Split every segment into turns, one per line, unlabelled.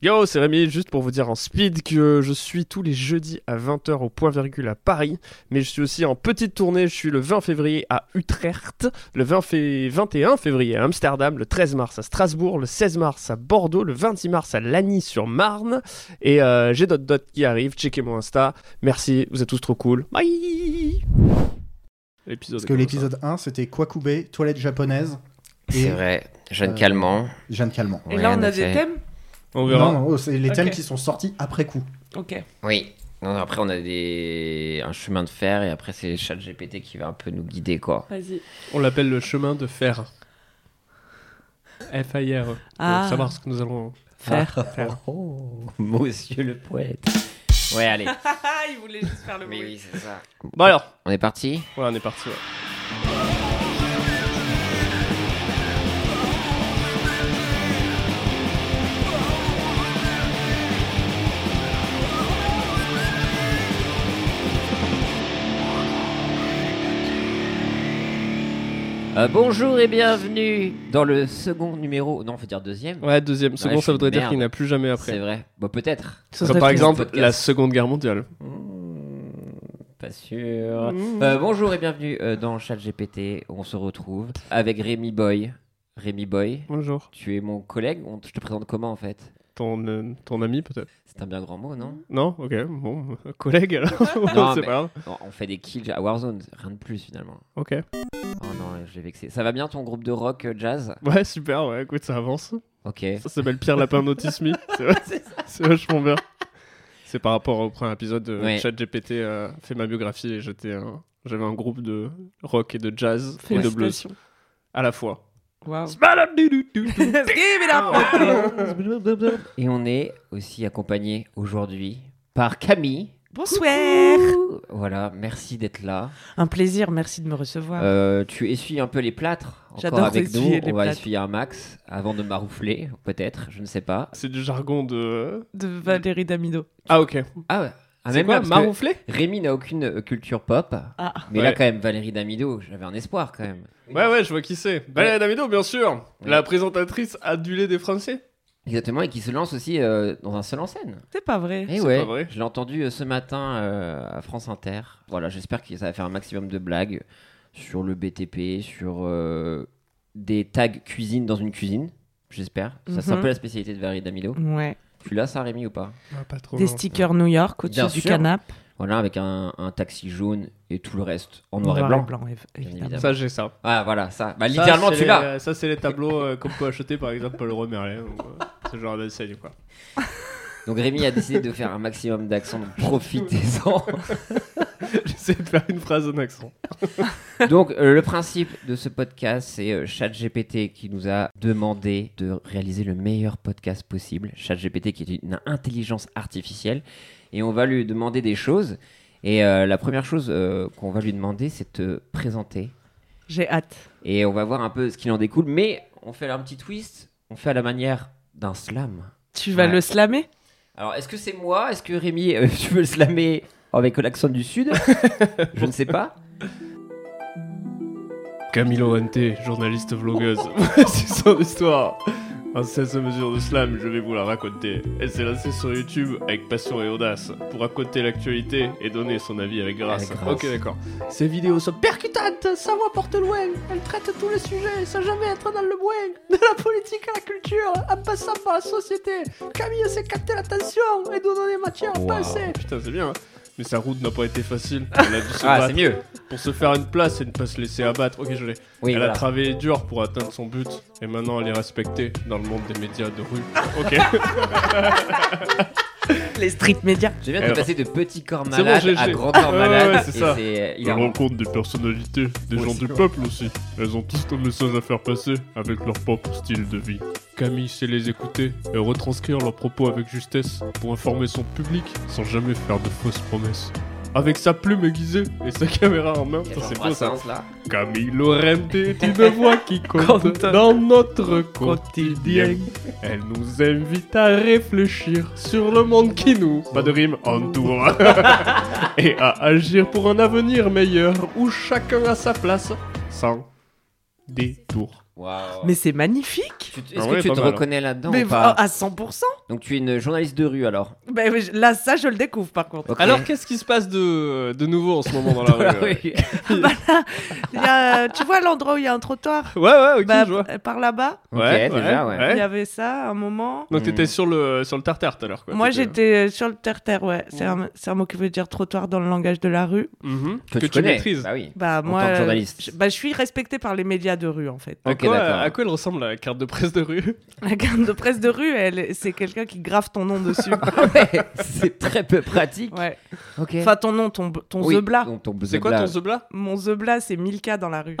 Yo, c'est Rémi, juste pour vous dire en speed que je suis tous les jeudis à 20h au point virgule à Paris, mais je suis aussi en petite tournée, je suis le 20 février à Utrecht, le 20 fé- 21 février à Amsterdam, le 13 mars à Strasbourg, le 16 mars à Bordeaux, le 26 mars à Lagny-sur-Marne, et euh, j'ai d'autres dates qui arrivent, checkez mon Insta, merci, vous êtes tous trop cool, bye L'épisode
Parce
est
que
comme
l'épisode 1, c'était Kwakubé, toilette japonaise
C'est
et
vrai, Jeanne
euh,
Calment.
Jeanne Calment.
Et
Ouais,
là,
en
on a
effet.
des thèmes
ça. On verra.
Non, non, oh, c'est les thèmes
Ok.
qui sont sortis après coup.
Ok.
Oui. Non, après, on a des... un chemin de fer et après, c'est ChatGPT qui va un peu nous guider, quoi.
Vas-y.
On l'appelle le chemin de fer. F-A-I-R,
Ah.
E. pour savoir ce que nous allons...
Faire.
Oh, monsieur le poète. Ouais, allez.
il voulait juste faire le
Mais oui, c'est ça.
Bon alors
On est parti
Ouais, on est parti. ouais.
Euh, Bonjour et bienvenue dans le second numéro. Non, faut dire deuxième.
Ouais, deuxième. Second,
je suis
ça voudrait
une
dire
merde.
qu'il n'y en a plus jamais
C'est
après.
vrai. Bon, peut-être.
Comme par exemple
podcast.
la Seconde Guerre mondiale.
Hmm, Pas
Mmh,
sûr.
Hmm.
Euh, bonjour et bienvenue euh, dans ChatGPT. On se retrouve avec Rémi Boy. Rémi Boy,
Bonjour.
tu es mon collègue. On- Je te présente comment en fait
Ton, euh, ton ami peut-être
C'est un bien grand mot, non
Non Ok, bon. euh, Collègue alors
Non,
C'est
mais-
pas grave.
On on fait des kills à Warzone, rien de plus finalement.
Ok.
Oh non, je l'ai vexé. Ça va bien ton groupe de rock euh, jazz
Ouais, super, ouais, écoute, ça avance.
Ok.
Ça s'appelle Pierre Lapin Notice Me. C'est vrai- C'est vachement bien. C'est par rapport au premier épisode de
Ouais.
ChatGPT euh, fait ma biographie et j'étais un- J'avais un groupe de rock et de jazz et de blues
Félicitations.
à la fois.
Waouh.
Voilà,
Give it up.
Et on est aussi accompagné aujourd'hui par Camille.
Bonsoir.
Voilà, merci d'être là.
Un plaisir, merci de me recevoir.
Euh, tu essuies un peu les plâtres encore
Ah. J'adore
avec nous.
essuyer les
On va
plâtres.
essuyer un max avant de maroufler, peut-être, je ne sais pas.
C'est du jargon de.
De Valérie Damido.
Ah, ok.
Ah ouais. Ah,
C'est
même
quoi
là, parce que
Marouflé
Rémi n'a aucune euh, culture pop,
Ah.
mais là
Ouais.
quand même Valérie Damido, j'avais un espoir quand même.
Ouais, ouais, je vois qui c'est. Valérie Damido, bien sûr. La présentatrice adulée des Français.
Exactement, et qui se lance aussi euh, dans un seul en scène.
C'est pas vrai.
Eh
C'est
ouais,
pas vrai.
je l'ai entendu euh, ce matin euh, à France Inter. Voilà, j'espère que ça va faire un maximum de blagues sur le BTP, sur euh, des tags cuisine dans une cuisine. J'espère. Ça, C'est un
Mhm.
peu la spécialité de Valérie Damido.
Ouais.
Tu l'as ça, Rémi, ou pas
pas trop.
Des stickers New York
Bien
au-dessus du
sûr.
canapé.
Voilà, avec un, un taxi jaune et tout le reste en noir, et blanc.
év- évidemment.
évidemment.
Ça, j'ai ça.
Ah, voilà, ça.
Ça,
Bah, littéralement,
c'est
tu
les-
l'as.
Ça, c'est les tableaux euh, qu'on peut acheter, par exemple, Paul Leroy Merlin. Ou, euh, ce genre d'enseigne, quoi.
Donc, Rémi a décidé de faire un maximum d'accent, donc profitez-en.
J'essaie de faire une phrase en accent.
Donc, euh, le principe de ce podcast, c'est euh, ChatGPT qui nous a demandé de réaliser le meilleur podcast possible. ChatGPT qui est une intelligence artificielle. Et on va lui demander des choses. Et euh, la première chose euh, qu'on va lui demander, c'est de te présenter.
J'ai hâte.
Et on va voir un peu ce qu'il en découle. Mais on fait un petit twist. On fait à la manière d'un slam.
Tu vas
Ouais.
le slammer
Alors, est-ce que c'est moi Est-ce que Rémi, euh, tu veux le slammer avec l'accent du Sud Je ne sais pas.
Camilo Ante, journaliste vlogueuse. c'est son histoire. En 16 mesures de slam, je vais vous la raconter. Elle s'est lancée sur YouTube avec passion et audace pour raconter l'actualité et donner son avis avec grâce.
Avec grâce.
Ok, d'accord. Ses vidéos sont percutantes, sa voix porte loin. Elle traite tous les sujets sans jamais être dans le moins. De la politique à la culture, en passant par la société. Camille s'est capté l'attention et nous donner matière à
Wow.
penser. Putain, c'est bien. hein. Mais sa route n'a pas été facile. Elle a dû se
Ah,
battre
c'est mieux.
pour se faire une place et ne pas se laisser abattre. Ok, je l'ai.
Oui,
elle
voilà.
a travaillé dur pour atteindre son but et maintenant elle est respectée dans le monde des médias de rue. Ok,
Les street media.
J'aime bien te
Alors.
passer de petit corps
C'est bon,
malade
j'ai-
à
j'ai-
grand corps
Ouais,
malade.
ouais, c'est
et
ça.
c'est- euh, il
je
a-
rencontre des personnalités, des
Ouais,
gens
c'est
du
cool.
peuple aussi. Elles ont tous comme message à faire passer avec leur propre style de vie. Camille sait les écouter et retranscrire leurs propos avec justesse pour informer son public sans jamais faire de fausses promesses. Avec sa plume aiguisée et sa caméra en main,
il a
Putain,
genre
c'est beau ça.
Brassens, là.
Camille Lorente est une voix qui compte
Compte.
dans notre quotidien. Elle nous invite à réfléchir sur le monde qui nous, pas de rime, entoure. Et à agir pour un avenir meilleur où chacun a sa place sans détour.
Waouh.
Mais c'est magnifique
Tu te-
Ah
Est-ce
ouais,
que tu
pas
te
mal.
reconnais là-dedans
Mais oh,
ou pas
à 100%
Donc tu es une journaliste de rue alors
Ben oui, je- Là, ça, je le découvre par contre.
Ok.
Alors, qu'est-ce qui se passe de, de nouveau en ce moment dans la rue
Voilà,
euh
Bah oui.
Il y a- euh, tu vois l'endroit où il y a un trottoir
Ouais, ouais, ok,
Bah,
je vois.
p- Par là-bas,
Ok, déjà, ouais.
il y avait ça à un moment.
Donc, t'étais
Hmm.
sur le, sur le tartare tout à l'heure, quoi.
Moi,
T'étais-
j'étais euh, sur le terre-terre, ouais. C'est un, c'est un mot qui veut dire trottoir dans le langage de la rue.
Mhm.
Que, tu, connais.
maîtrises.
Bah oui.
Bah, moi,
tant que
euh,
journaliste.
Je, bah, je suis respectée par les médias de rue, en fait.
À,
Ok,
quoi,
d'accord.
à quoi elle ressemble la carte de presse de rue
La carte de presse de rue, elle, c'est quelqu'un qui grave ton nom dessus.
Ouais, c'est très peu pratique.
Ouais.
Ok.
Enfin, ton nom, ton, b- ton zebla.
ton- ton
C'est quoi
zebla.
ton zebla
Mon zebla, c'est 1000K dans la rue.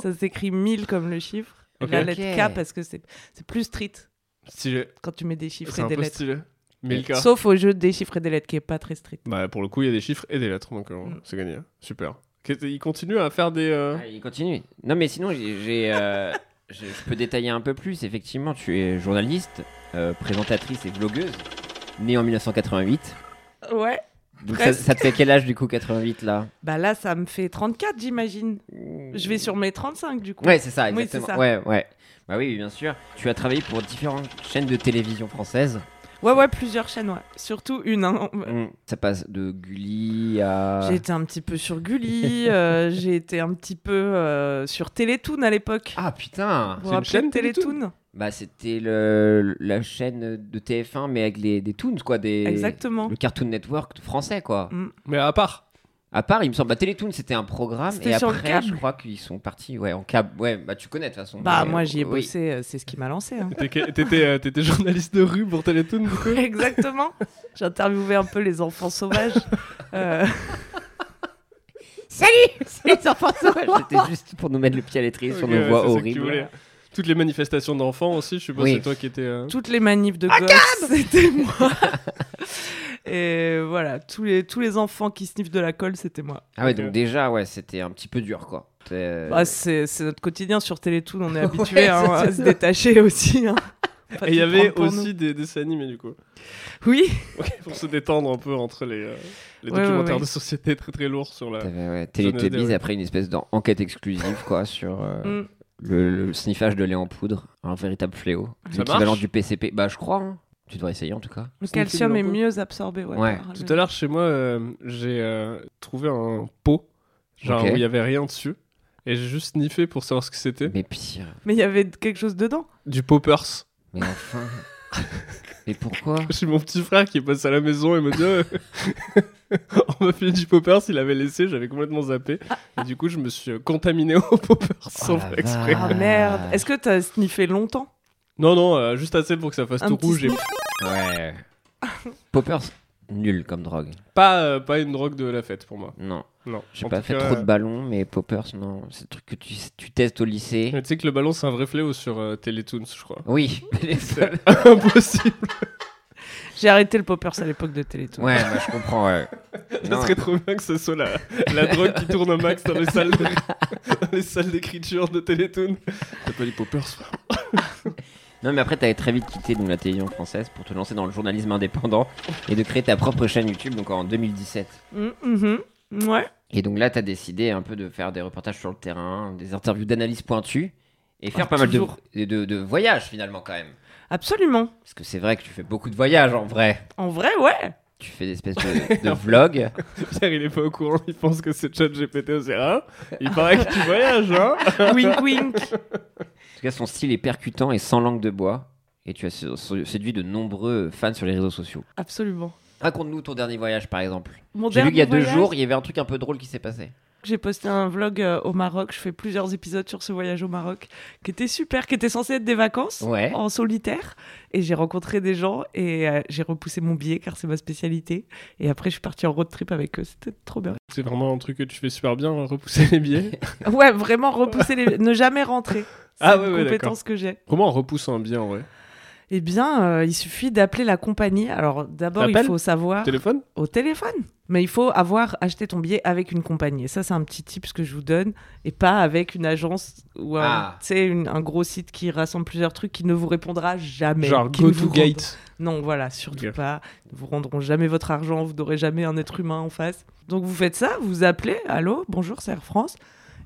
ça s'écrit 1000 comme le chiffre.
Ok.
La lettre
Ok.
K, parce que c'est c'est plus street
Stylé.
quand tu mets des chiffres
C'est
et
un
des
peu
lettres.
stylé. Milka.
Sauf au jeu des chiffres et des lettres qui est pas très street.
Bah, pour le coup, il y a des chiffres et des lettres, donc euh,
Mm.
c'est gagné. Super. Qu'est- Il continue à faire des. euh,
Ah, il continue. Non, mais sinon, j'ai, j'ai, euh, je, je peux détailler un peu plus. Effectivement, tu es journaliste, euh, présentatrice et blogueuse, née en 1988.
Ouais.
Donc ça,
Presque.
ça te fait quel âge du coup 88 là
Bah là, ça me fait 34, j'imagine. Je vais sur mes 35 du coup.
Ouais, c'est ça,
Oui,
exactement.
c'est ça.
Ouais, ouais. Bah oui, bien sûr. Tu as travaillé pour différentes chaînes de télévision françaises.
ouais, ouais, plusieurs chaînes, ouais. Surtout une. hein.
Mm. Ça passe de Gulli à.
J'ai été un petit peu sur Gulli, euh, j'ai été un petit peu euh, sur Télétoon à l'époque.
Ah putain
Vous vous
une
rappelez
chaîne,
de Télétoon
Bah c'était le, la chaîne de TF1 mais avec les, des toons quoi, des
Exactement.
le Cartoon Network français quoi.
Mais à part.
À part, il me semble, bah, Télétoon c'était un programme
C'était
et
sur le
après
câble.
je crois qu'ils sont partis ouais en câble. Ouais, bah tu connais de toute façon.
Bah
Mais,
moi
euh,
j'y ai
oui.
bossé, euh, c'est ce qui m'a lancé. hein.
T'étais- T'étais euh, t'étais journaliste de rue pour Télétoon, du coup
Exactement. J'interviewais un peu les enfants sauvages. Euh,
Salut, c'est les enfants sauvages. C'était juste pour nous mettre le pied à l'étrier sur
Ok,
nos
ouais,
voix
c'est ça que tu
horribles.
voulais. Toutes les manifestations d'enfants aussi, je suppose
Oui.
c'est toi qui étais. euh,
toutes les manifs de gosses, c'était moi. Et voilà, tous les, tous les enfants qui sniffent de la colle, c'était moi.
Ah ouais,
Ok.
donc déjà ouais, c'était un petit peu dur quoi.
Euh.
euh, C'était-
Bah, c'est c'est notre quotidien sur Télétoon, on est habitué
Ouais,
hein,
c'est
à
ça.
se détacher aussi. hein. Pas
Et il y
tout
avait
prendre pour
aussi des dessins animés, du coup.
nous. Oui,
Pour se détendre un peu entre les, euh, les
Ouais, ouais,
documentaires
ouais.
de société très très lourds sur la.
T'avais ouais,
Jonas
Teletubbies
Day.
après une espèce d'enquête exclusive quoi sur euh,
Mm.
le, le sniffage de lait en poudre, un véritable fléau.
Ça
L'équivalent
marche
du PCP, bah je crois. hein. Tu devrais essayer en tout cas.
le
Sniffez
calcium
du
est
lambeau.
mieux absorbé. Ouais,
Ouais.
par Ah, le-
Tout à l'heure, chez moi, euh, j'ai euh, trouvé un pot, genre
Ok.
où il y avait rien dessus. Et j'ai juste sniffé pour savoir ce que c'était.
Mais pire.
Mais il y avait quelque chose dedans.
Du poppers.
Mais enfin. Mais pourquoi
J'ai mon petit frère qui est passé à la maison et me dit euh, On m'a fait du poppers, il avait laissé, j'avais complètement zappé.
Ah.
Et du coup, je me suis euh, contaminé au poppers sans
Oh la
faire exprès.
vache.
Ah
Ah.
merde. Est-ce que t'as sniffé longtemps
Non, non, euh, juste assez pour que ça fasse
Un
tout
petit
rouge. Et
sniff
Ouais. Poppers, nul comme drogue.
pas, euh, pas une drogue de la fête pour moi.
Non.
Non.
J'ai
En
pas
tout
fait
cas, euh,
trop de ballons, mais Poppers, non. C'est le truc que tu, tu testes au lycée.
Mais tu sais que le ballon, c'est un vrai fléau sur euh, Télétoons, je crois.
Oui. Les seuls-
Impossible,
J'ai arrêté le poppers à l'époque de Télétoon.
Ouais, bah, je comprends, ouais.
ça
Euh,
Non.
serait trop bien que ce soit la, la drogue qui tourne au max dans les salles de- dans les salles d'écriture de Télétoon. T'as pas les poppers, frère
Non, mais après, t'avais très vite quitté donc, la télévision française pour te lancer dans le journalisme indépendant et de créer ta propre chaîne YouTube, donc en 2017.
Mm, mhm. Ouais.
Et donc là, t'as décidé un peu de faire des reportages sur le terrain, des interviews d'analyse pointues et faire
Ah,
pas mal de,
toujours.
de, de- de voyages finalement quand même.
Absolument.
Parce que c'est vrai que tu fais beaucoup de voyages en vrai.
En vrai, ouais.
Tu fais des espèces de, de vlogs.
Pierre, il est pas au courant, il pense que c'est chat GPT au CRA. Il paraît que tu voyages, hein
wink wink.
En tout cas, son style est percutant et sans langue de bois. Et tu as sé- sé- séduit de nombreux fans sur les réseaux sociaux.
Absolument.
Raconte-nous ton dernier voyage par exemple.
Mon
J'ai vu qu'il y a
dernier
deux
voyage,
jours, il y avait un truc un peu drôle qui s'est passé.
J'ai posté un vlog euh, au Maroc. Je fais plusieurs épisodes sur ce voyage au Maroc qui était super, qui était censé être des vacances
Ouais.
en solitaire. Et j'ai rencontré des gens et euh, j'ai repoussé mon billet car c'est ma spécialité. Et après, je suis partie en road trip avec eux. C'était trop bien.
C'est vraiment un truc que tu fais super bien, hein, repousser les billets.
Ouais, vraiment repousser les. ne jamais rentrer. C'est
Ah
une
ouais, ouais,
compétence que j'ai.
Comment on repousse un billet en vrai
Eh bien, euh, il suffit d'appeler la compagnie. Alors, d'abord, il
T'appelles
faut savoir.
Téléphone
au téléphone. Mais il faut avoir acheté ton billet avec une compagnie. Et ça, c'est un petit tip que je vous donne. Et pas avec une agence ou un,
Ah.
tu sais, une- un gros site qui rassemble plusieurs trucs qui ne vous répondra jamais.
Genre
qui ne
go
vous
to
rend-
gate.
Non, voilà, surtout
Ok.
pas. Ils vous rendront jamais votre argent. Vous n'aurez jamais un être humain en face. Donc vous faites ça, vous appelez. Allô, bonjour, c'est Air France.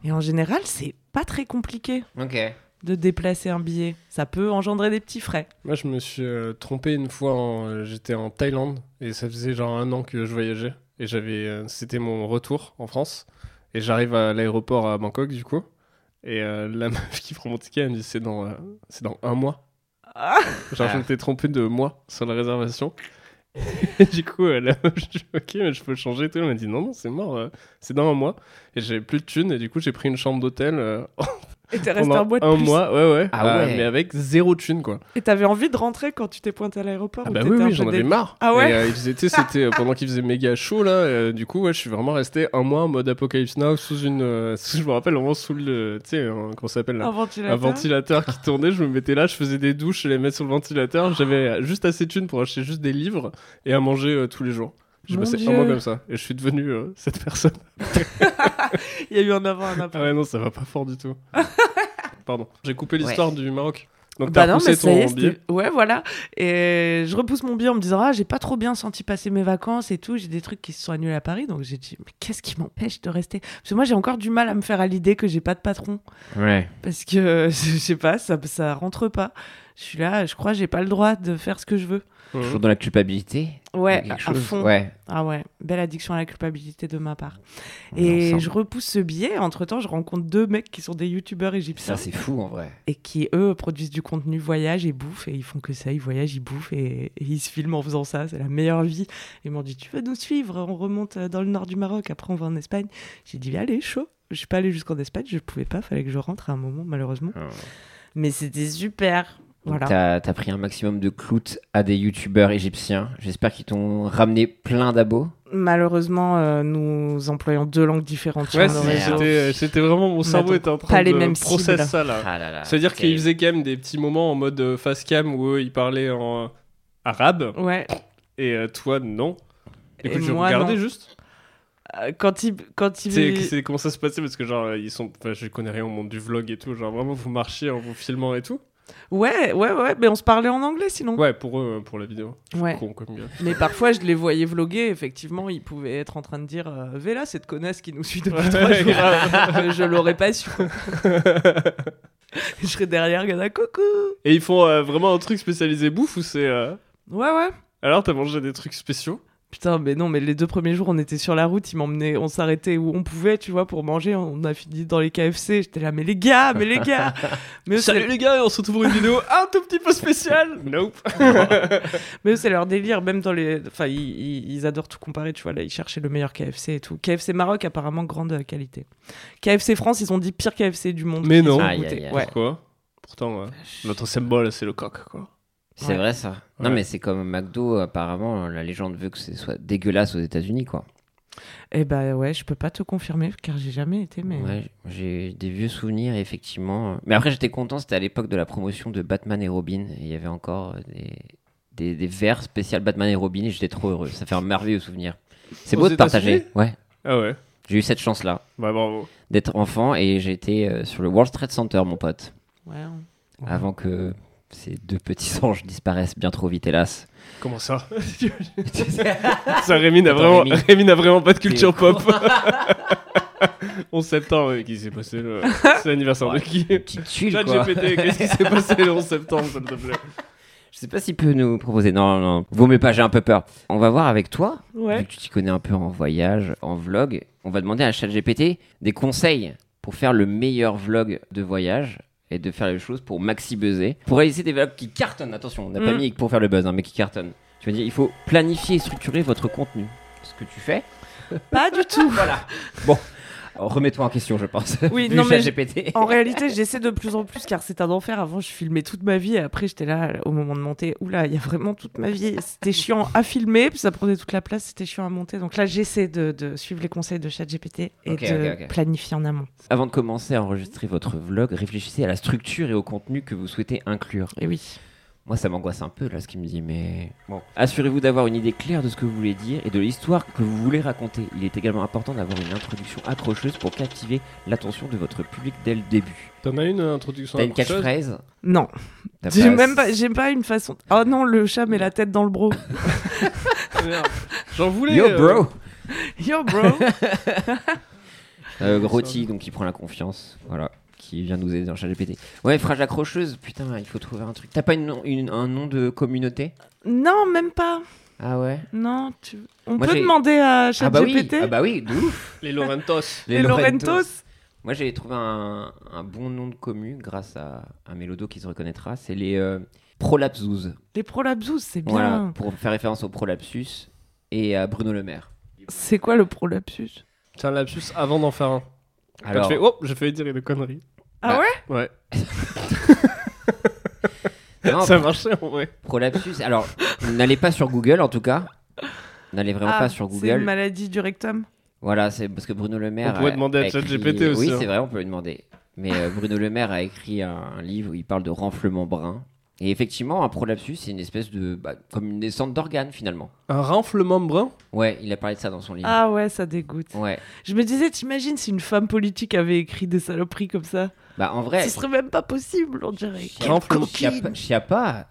Et en général, c'est pas très compliqué
Ok.
de déplacer un billet. Ça peut engendrer des petits frais.
Moi, je me suis euh, trompé une fois. en- euh, J'étais en Thaïlande et ça faisait genre un an que je voyageais. Et j'avais, euh, c'était mon retour en France. Et j'arrive à l'aéroport à Bangkok, du coup. Et euh, la meuf qui prend mon ticket, elle me dit c'est dans, euh, c'est dans un mois.
Ah.
Genre,
Ah.
je m'étais trompé de mois sur la réservation. Et du coup, euh, la meuf, je dis ok, mais je peux changer et tout. Elle m'a dit non, non, c'est mort, euh, c'est dans un mois. Et j'avais plus de thunes. Et du coup, j'ai pris une chambre d'hôtel euh,
Et t'es resté
pendant
un mois de plus.
mois, ouais, ouais.
Ah
Euh,
ouais.
mais avec zéro thune, quoi.
Et t'avais envie de rentrer quand tu t'es pointé à l'aéroport
Ah
ou
bah
t'étais
oui,
un
oui
peu
j'en avais
dé-
marre.
Ah ouais
Et, euh, il faisait- tu sais, c'était euh, pendant qu'il faisait méga chaud là. euh, du coup, ouais, je suis vraiment resté un mois en mode Apocalypse Now sous une. euh, sous- je me rappelle vraiment sous le. Tu sais, un- comment ça s'appelle là
Un ventilateur.
un ventilateur qui tournait, je me mettais là, je faisais des douches, je les mettais sur le ventilateur, j'avais juste assez de thunes pour acheter juste des livres et à manger euh, tous les jours. Je
Mon
bossais
Dieu.
un mois comme ça et je suis devenu euh, cette personne.
Il y a eu un avant, un après.
Ah ouais, non, ça va pas fort du tout. Pardon, j'ai coupé l'histoire du Maroc. Donc
Bah
t'as
non,
poussé
mais ça y
ton
est,
billet.
c'était- Ouais, voilà. Et je repousse mon billet en me disant Ah, j'ai pas trop bien senti passer mes vacances et tout. J'ai des trucs qui se sont annulés à Paris. Donc j'ai dit Mais qu'est-ce qui m'empêche de rester Parce que moi, j'ai encore du mal à me faire à l'idée que j'ai pas de patron.
Ouais.
Parce que, je sais pas, ça, ça rentre pas. Je suis là, je crois, j'ai pas le droit de faire ce que je veux.
Mhm.
Toujours dans la culpabilité.
Ouais,
Quelque
à
chose.
fond.
Ouais.
Ah ouais, belle addiction à la culpabilité de ma part.
On est
Et
ensemble.
je repousse ce billet. Entre temps, je rencontre deux mecs qui sont des youtubeurs égyptiens
Ça, c'est fou en vrai.
et qui, eux, produisent du contenu voyage et bouffe. Et ils font que ça, ils voyagent, ils bouffent et, et ils se filment en faisant ça. C'est la meilleure vie. Ils m'ont dit Tu veux nous suivre On remonte euh, dans le nord du Maroc, après on va en Espagne. J'ai dit Allez, chaud. Je suis pas allée jusqu'en Espagne, je pouvais pas, fallait que je rentre à un moment, malheureusement. Mais c'était super.
Donc,
Voilà.
T'as t'as pris un maximum de cloutes à des youtubeurs égyptiens. J'espère qu'ils t'ont ramené plein d'abos.
Malheureusement, euh, nous employons deux langues différentes. sur
Ouais,
nos
c'est-
réseaux.
c'était euh, c'était vraiment mon
On
cerveau
attend
était en train
pas
de
les mêmes
process
cibles.
ça là.
Ah là là.
C'est-à-dire qu'ils
terrible.
faisaient quand même des petits moments en mode euh, face cam où eux, ils parlaient en euh, arabe
Ouais,
et euh, toi non.
Et
Du coup, tu
moi,
regardais
non.
juste.
Euh, quand il quand il
C'est c'est comment ça se passait parce que genre euh, ils sont enfin je connais rien au monde du vlog et tout, genre vraiment vous marchiez en vous filmant et tout.
ouais ouais ouais mais on se parlait en anglais sinon
Ouais, pour eux euh, pour la vidéo.
Ouais.
Con comme gars.
mais parfois je les voyais vloguer effectivement ils pouvaient être en train de dire euh, Vela cette connasse qui nous suit depuis
Ouais,
trois jours
grave.
Euh, je l'aurais pas su je serais derrière gada coucou
Et ils font euh, vraiment un truc spécialisé bouffe ou c'est euh,
ouais ouais
alors t'as mangé des trucs spéciaux
Putain, mais non, mais les deux premiers jours, on était sur la route, ils m'emmenaient, on s'arrêtait où on pouvait, tu vois, pour manger. On a fini dans les KFC. J'étais là, mais les gars, mais les gars, mais c'est-
Salut les gars, on se retrouve pour une vidéo un tout petit peu spéciale. Nope.
Mais eux, c'est leur délire, même dans les. Enfin, ils, ils- ils adorent tout comparer, tu vois. Là, ils cherchaient le meilleur KFC et tout. KFC Maroc, apparemment, grande euh, qualité. KFC France, ils ont dit pire KFC du monde.
Mais
qu'ils
non.
ont
Aïe,
goûté.
aïe, aïe.
Ouais.
Pourquoi Pourtant euh, notre symbole c'est le coq quoi.
C'est
Ouais.
vrai ça. Non
Ouais.
mais c'est comme McDo apparemment, la légende veut que ce soit dégueulasse aux États-Unis quoi.
Eh bah ouais, je peux pas te confirmer, car j'ai jamais été, mais.
Ouais, j'ai des vieux souvenirs effectivement. Mais après j'étais content, c'était à l'époque de la promotion de Batman et Robin et il y avait encore des des, des verres spécial Batman et Robin et j'étais trop heureux. Ça fait un merveilleux souvenir. C'est
Aux
beau de partager.
États-Unis
Ouais,
Ah ouais.
j'ai eu cette chance là
Bah bravo.
d'être enfant et j'étais euh, sur le World Trade Center mon pote
Ouais, hein. on-
avant que ces deux petits anges disparaissent bien trop vite hélas.
Comment ça Ça, Rémi n'a
Attends,
vraiment,
Rémi.
Rémi n'a vraiment pas de culture
T'es con.
pop. 11 septembre, euh, qui s'est passé le... C'est l'anniversaire de qui
Une petite tuile
Chat
quoi.
GPT, qu'est-ce qui s'est passé le 11 septembre, s'il te plaît
Je sais pas s'il peut nous proposer. Non, non, vaut mieux pas, j'ai un peu peur. On va voir avec toi, vu
ouais.
que tu t'y connais un peu en voyage, en vlog. On va demander à ChatGPT des conseils pour faire le meilleur vlog de voyage et de faire les choses pour maxi buzzer. Pour réaliser des vlogs qui cartonnent, attention, on n'a pas
Mm.
mis pour faire le buzz, hein, mais qui cartonnent. Tu vas dire, il faut planifier et structurer votre contenu. Ce que tu fais.
Pas du tout.
Voilà. Bon, remets-toi en question, je pense.
Oui,
vu
non, mais
ChatGPT.
En réalité, j'essaie de plus en plus car c'est un enfer. Avant, je filmais toute ma vie et après, j'étais là au moment de monter. Oula, il y a vraiment toute ma vie. C'était chiant à filmer, puis ça prenait toute la place, c'était chiant à monter. Donc là, j'essaie de, de suivre les conseils de ChatGPT et
Ok,
de
ok, ok.
planifier en amont.
Avant de commencer à enregistrer votre vlog, réfléchissez à la structure et au contenu que vous souhaitez inclure.
Et oui.
Moi, ça m'angoisse un peu, là, ce qu'il me dit, mais... Bon. Assurez-vous d'avoir une idée claire de ce que vous voulez dire et de l'histoire que vous voulez raconter. Il est également important d'avoir une introduction accrocheuse pour captiver l'attention de votre public dès le début.
T'en as une euh, introduction
T'as une catchphrase
Non,
T'as
j'ai même pas, j'ai pas une façon. Oh non, le chat met la tête dans le bro. euh,
J'en voulais.
Yo,
euh,
bro
Yo bro.
Euh, Grotti, donc qui prend la confiance, voilà, qui vient nous aider dans ChatGPT. Ouais, Frage Accrocheuse, putain, il faut trouver un truc. T'as pas une nom- une- un nom de communauté
Non, même pas.
Ah ouais
Non, tu- on
Moi,
peut
j'ai-
demander à
Ah bah oui,
ChatGPT
ah bah oui, de ouf.
Les Laurentos.
les Laurentos.
Moi j'ai trouvé un, un bon nom de commu grâce à un mélodo qui se reconnaîtra, c'est les euh, Prolapsus.
Les prolapsus, c'est bien.
Voilà, pour faire référence au prolapsus et à Bruno Le Maire.
C'est quoi le prolapsus
C'est un lapsus avant d'en faire un. Quand
Alors,
tu fais, oh, j'ai failli dire une connerie.
Ah
Bah,
ouais
Ouais,
non,
ça marchait en vrai.
prolapsus, alors n'allez pas sur Google en tout cas. N'allez vraiment
Ah,
pas sur
C'est
Google.
une maladie du rectum.
Voilà, c'est parce que Bruno Le Maire.
On pourrait
a-
demander à
a écrit-
ChatGPT aussi,
Oui,
hein.
c'est vrai, on peut lui demander. Mais euh, Bruno Le Maire a écrit un, un livre où il parle de renflement brun. Et effectivement, un prolapsus, c'est une espèce de. bah, comme une descente d'organes finalement.
Un renflement brun
Ouais, il a parlé de ça dans son livre.
Ah ouais, ça dégoûte.
Ouais.
Je me disais, t'imagines si une femme politique avait écrit des saloperies comme ça
Bah, en vrai.
Ce serait même pas possible, on dirait.
Quelle Renflement-
Chiappa, Chiappa,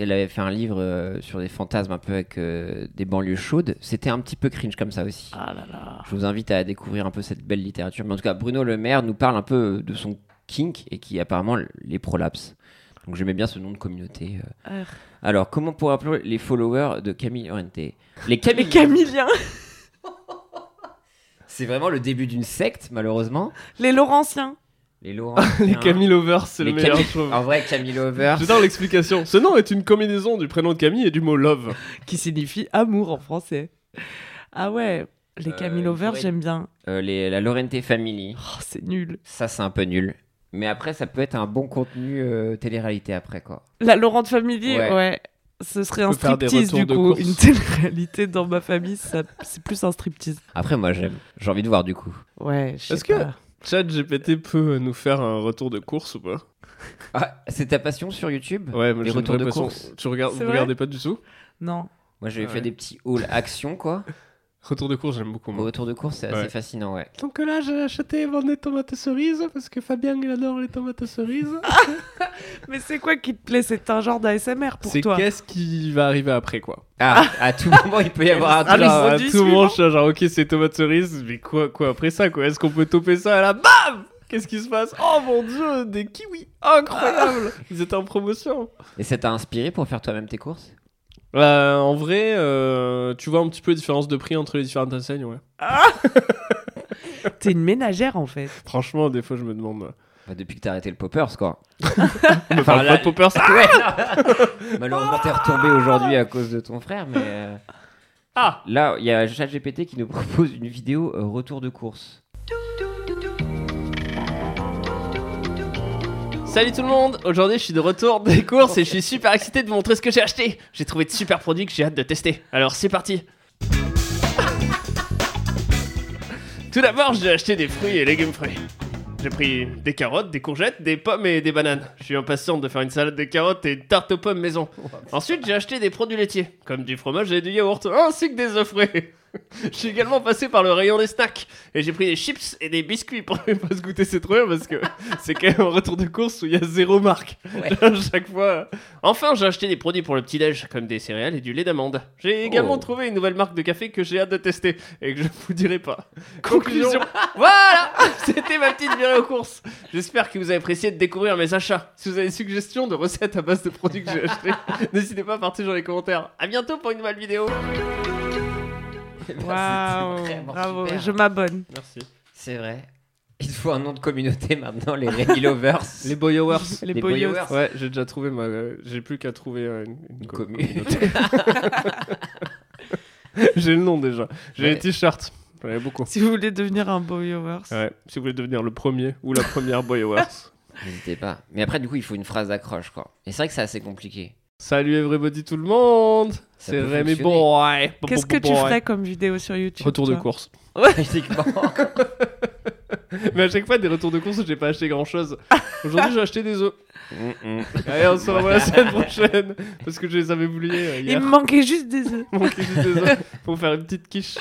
elle avait fait un livre euh, sur des fantasmes un peu avec euh, des banlieues chaudes. C'était un petit peu cringe comme ça aussi.
Ah là là.
Je vous invite à découvrir un peu cette belle littérature. Mais en tout cas, Bruno Le Maire nous parle un peu de son kink et qui apparemment les prolapses. Donc j'aimais bien ce nom de communauté. euh.
Ah.
Alors, comment pour appeler les followers de Camille Orente Les
Les
Camille
Camiliens,
C'est vraiment le début d'une secte, malheureusement.
les Laurentiens.
Les Laurent.
Les Camille Lovers, c'est le
Les
meilleur,
Camille-
je trouve.
En vrai, Camille Lover.
J'adore l'explication. Ce nom est une combinaison du prénom de Camille et du mot love.
qui signifie amour en français. Ah ouais, les
Euh,
Camille
il
Lovers,
pourrait-
j'aime bien.
Euh, les- la Lorente Family.
Oh, c'est nul.
Ça, c'est un peu nul. Mais après, ça peut être un bon contenu euh, télé-réalité après, quoi.
La Laurent Family,
Ouais.
ouais. Ce serait un
peut faire des
striptease
retours
du
de
coup.
course.
Une telle réalité dans ma famille, ça- c'est plus un striptease.
Après, moi, j'aime. J'ai envie de voir, du coup.
Ouais, je sais
Est-ce que-
pas.
Chat GPT peut euh, nous faire un retour de course ou pas
Ah, c'est ta passion sur YouTube
Ouais, mais
Les
j'ai
retours de
l'impression-
course.
Tu regardes,
C'est
vous
vrai
regardez pas du tout
Non.
Moi, j'avais
Ah
fait
ouais.
des petits hauls action, quoi.
Retour de course, j'aime beaucoup.
Au
Moi.
retour de course, c'est
Ouais.
assez fascinant, ouais.
Donc là, j'ai acheté et vendu des tomates cerises parce que Fabien, il adore les tomates cerises.
Mais c'est quoi qui te plaît C'est un genre d'ASMR pour
C'est
toi.
qu'est-ce qui va arriver après, quoi
Ah, à tout moment, il peut y avoir un
Ah,
truc.
le
Genre, à
produit
tout moment,
suivant.
je suis genre, ok, c'est tomates cerises, mais quoi, quoi après ça, quoi Est-ce qu'on peut toper ça à la BAM Qu'est-ce qui se passe Oh mon dieu, des kiwis Incroyable Ils étaient en promotion
Et ça t'a inspiré pour faire toi-même tes courses
Euh, En vrai, euh, tu vois un petit peu la différence de prix entre les différentes enseignes, ouais.
T'es une ménagère en fait.
Franchement, des fois, je me demande.
Bah, Depuis que t'as arrêté le poppers, quoi.
On me
Enfin,
parle pas
là-
de poppers
Ouais. Malheureusement, t'es retombé aujourd'hui à cause de ton frère, mais. euh,
Ah
Là, il y a ChatGPT qui nous propose une vidéo euh, retour de course.
Salut tout le monde, aujourd'hui je suis de retour des courses et je suis super excité de vous montrer ce que j'ai acheté. J'ai trouvé de super produits que j'ai hâte de tester. Alors c'est parti. Tout d'abord, j'ai acheté des fruits et légumes frais. J'ai pris des carottes, des courgettes, des pommes et des bananes. Je suis impatiente de faire une salade de carottes et une tarte aux pommes maison. Ensuite, j'ai acheté des produits laitiers, comme du fromage et du yaourt, ainsi que des œufs frais. Je suis également passé par le rayon des snacks et j'ai pris des chips et des biscuits pour ne pas se goûter ces trop bien parce que c'est quand même un retour de course où il y a zéro marque. À chaque fois. Enfin, j'ai acheté des produits pour le petit-déj, comme des céréales et du lait d'amande. J'ai également
Oh.
trouvé une nouvelle marque de café que j'ai hâte de tester et que je ne vous dirai pas. Conclusion. voilà C'était ma petite virée aux courses. J'espère que vous avez apprécié de découvrir mes achats. Si vous avez des suggestions de recettes à base de produits que j'ai achetés, n'hésitez pas à partager dans les commentaires. À bientôt pour une nouvelle vidéo.
Waouh.
vraiment
Bravo,
super.
je m'abonne.
Merci.
C'est vrai. Il te faut un nom de communauté maintenant, les Reggie Lovers.
Les Boyowers.
Les,
Les
boyos.
boyos.
Ouais, j'ai déjà trouvé ma. euh, J'ai plus qu'à trouver euh, une, une co-
commu.
communauté. j'ai le nom déjà. J'ai
Ouais.
les t-shirts. J'en avais beaucoup.
Si vous voulez devenir un boyowers.
Ouais, si vous voulez devenir le premier ou la première Boyowers.
N'hésitez pas. Mais après, du coup, il faut une phrase d'accroche, quoi. Et c'est vrai que c'est assez compliqué.
Salut everybody tout le monde
Ça
C'est
peut
Rémi
fonctionner.
Boy
Qu'est-ce que tu
Boy.
ferais comme vidéo sur YouTube
Retour de
toi
course.
Techniquement.
Mais à chaque fois, des retours de course, j'ai pas acheté grand chose. Aujourd'hui, j'ai acheté des œufs.
Mm, mm.
Allez, on se revoit la semaine prochaine. Parce que je les avais oubliés euh,
Il
hier.
me manquait juste des œufs.
Mon quiche des œufs pour faire une petite quiche.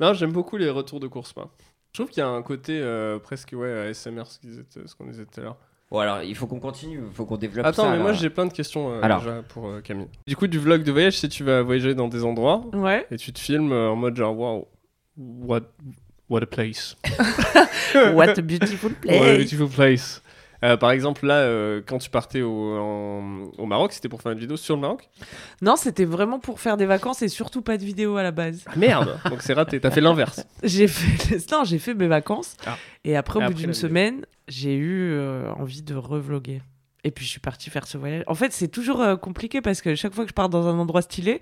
Non, j'aime beaucoup les retours de course. moi. Je trouve qu'il y a un côté euh, presque ouais ASMR ce qu'ils étaient- ce qu'on disait tout à l'heure.
Bon, alors, il faut qu'on continue. Il faut qu'on développe
Attends,
ça,
mais
là.
moi j'ai plein de questions euh,
Alors.
déjà pour euh, Camille. Du coup, du vlog de voyage, si tu vas voyager dans des endroits
Ouais.
et tu te filmes euh, en mode genre waouh, what, What a place.
What a beautiful place.
What a beautiful place. Euh, par exemple, là, euh, quand tu partais au, en- au Maroc, c'était pour faire une vidéo sur le Maroc
Non, c'était vraiment pour faire des vacances et surtout pas de vidéo à la base.
Ah, Merde Donc c'est raté, t'as fait l'inverse.
J'ai fait, non, j'ai fait mes vacances
Ah.
et après au
Et
bout
après,
d'une
la vidéo.
semaine, j'ai eu euh, envie de revloguer. Et puis je suis partie faire ce voyage. En fait, c'est toujours euh, compliqué parce que chaque fois que je pars dans un endroit stylé,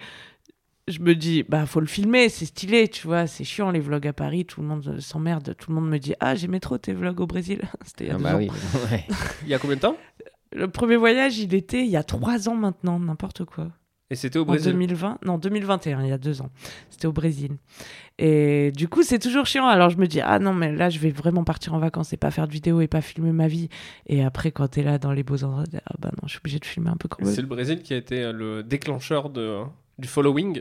je me dis bah faut le filmer, c'est stylé, tu vois, c'est chiant les vlogs à Paris, tout le monde euh, s'emmerde, tout le monde me dit ah j'aimais trop tes vlogs au Brésil. C'était il y a
Ah
deux
bah
ans.
oui. Ouais.
Il y a combien de temps
Le premier voyage, il était il y a trois ans maintenant, n'importe quoi.
Et c'était au
En
Brésil.
2020, non 2021, il y a deux ans. C'était au Brésil. Et du coup, c'est toujours chiant. Alors je me dis, ah non, mais là, je vais vraiment partir en vacances et pas faire de vidéo et pas filmer ma vie. Et après, quand t'es là dans les beaux endroits, t'es là, ah bah non, je suis obligé de filmer un peu quand même.
C'est le Brésil qui a été euh, le déclencheur de, hein, du following.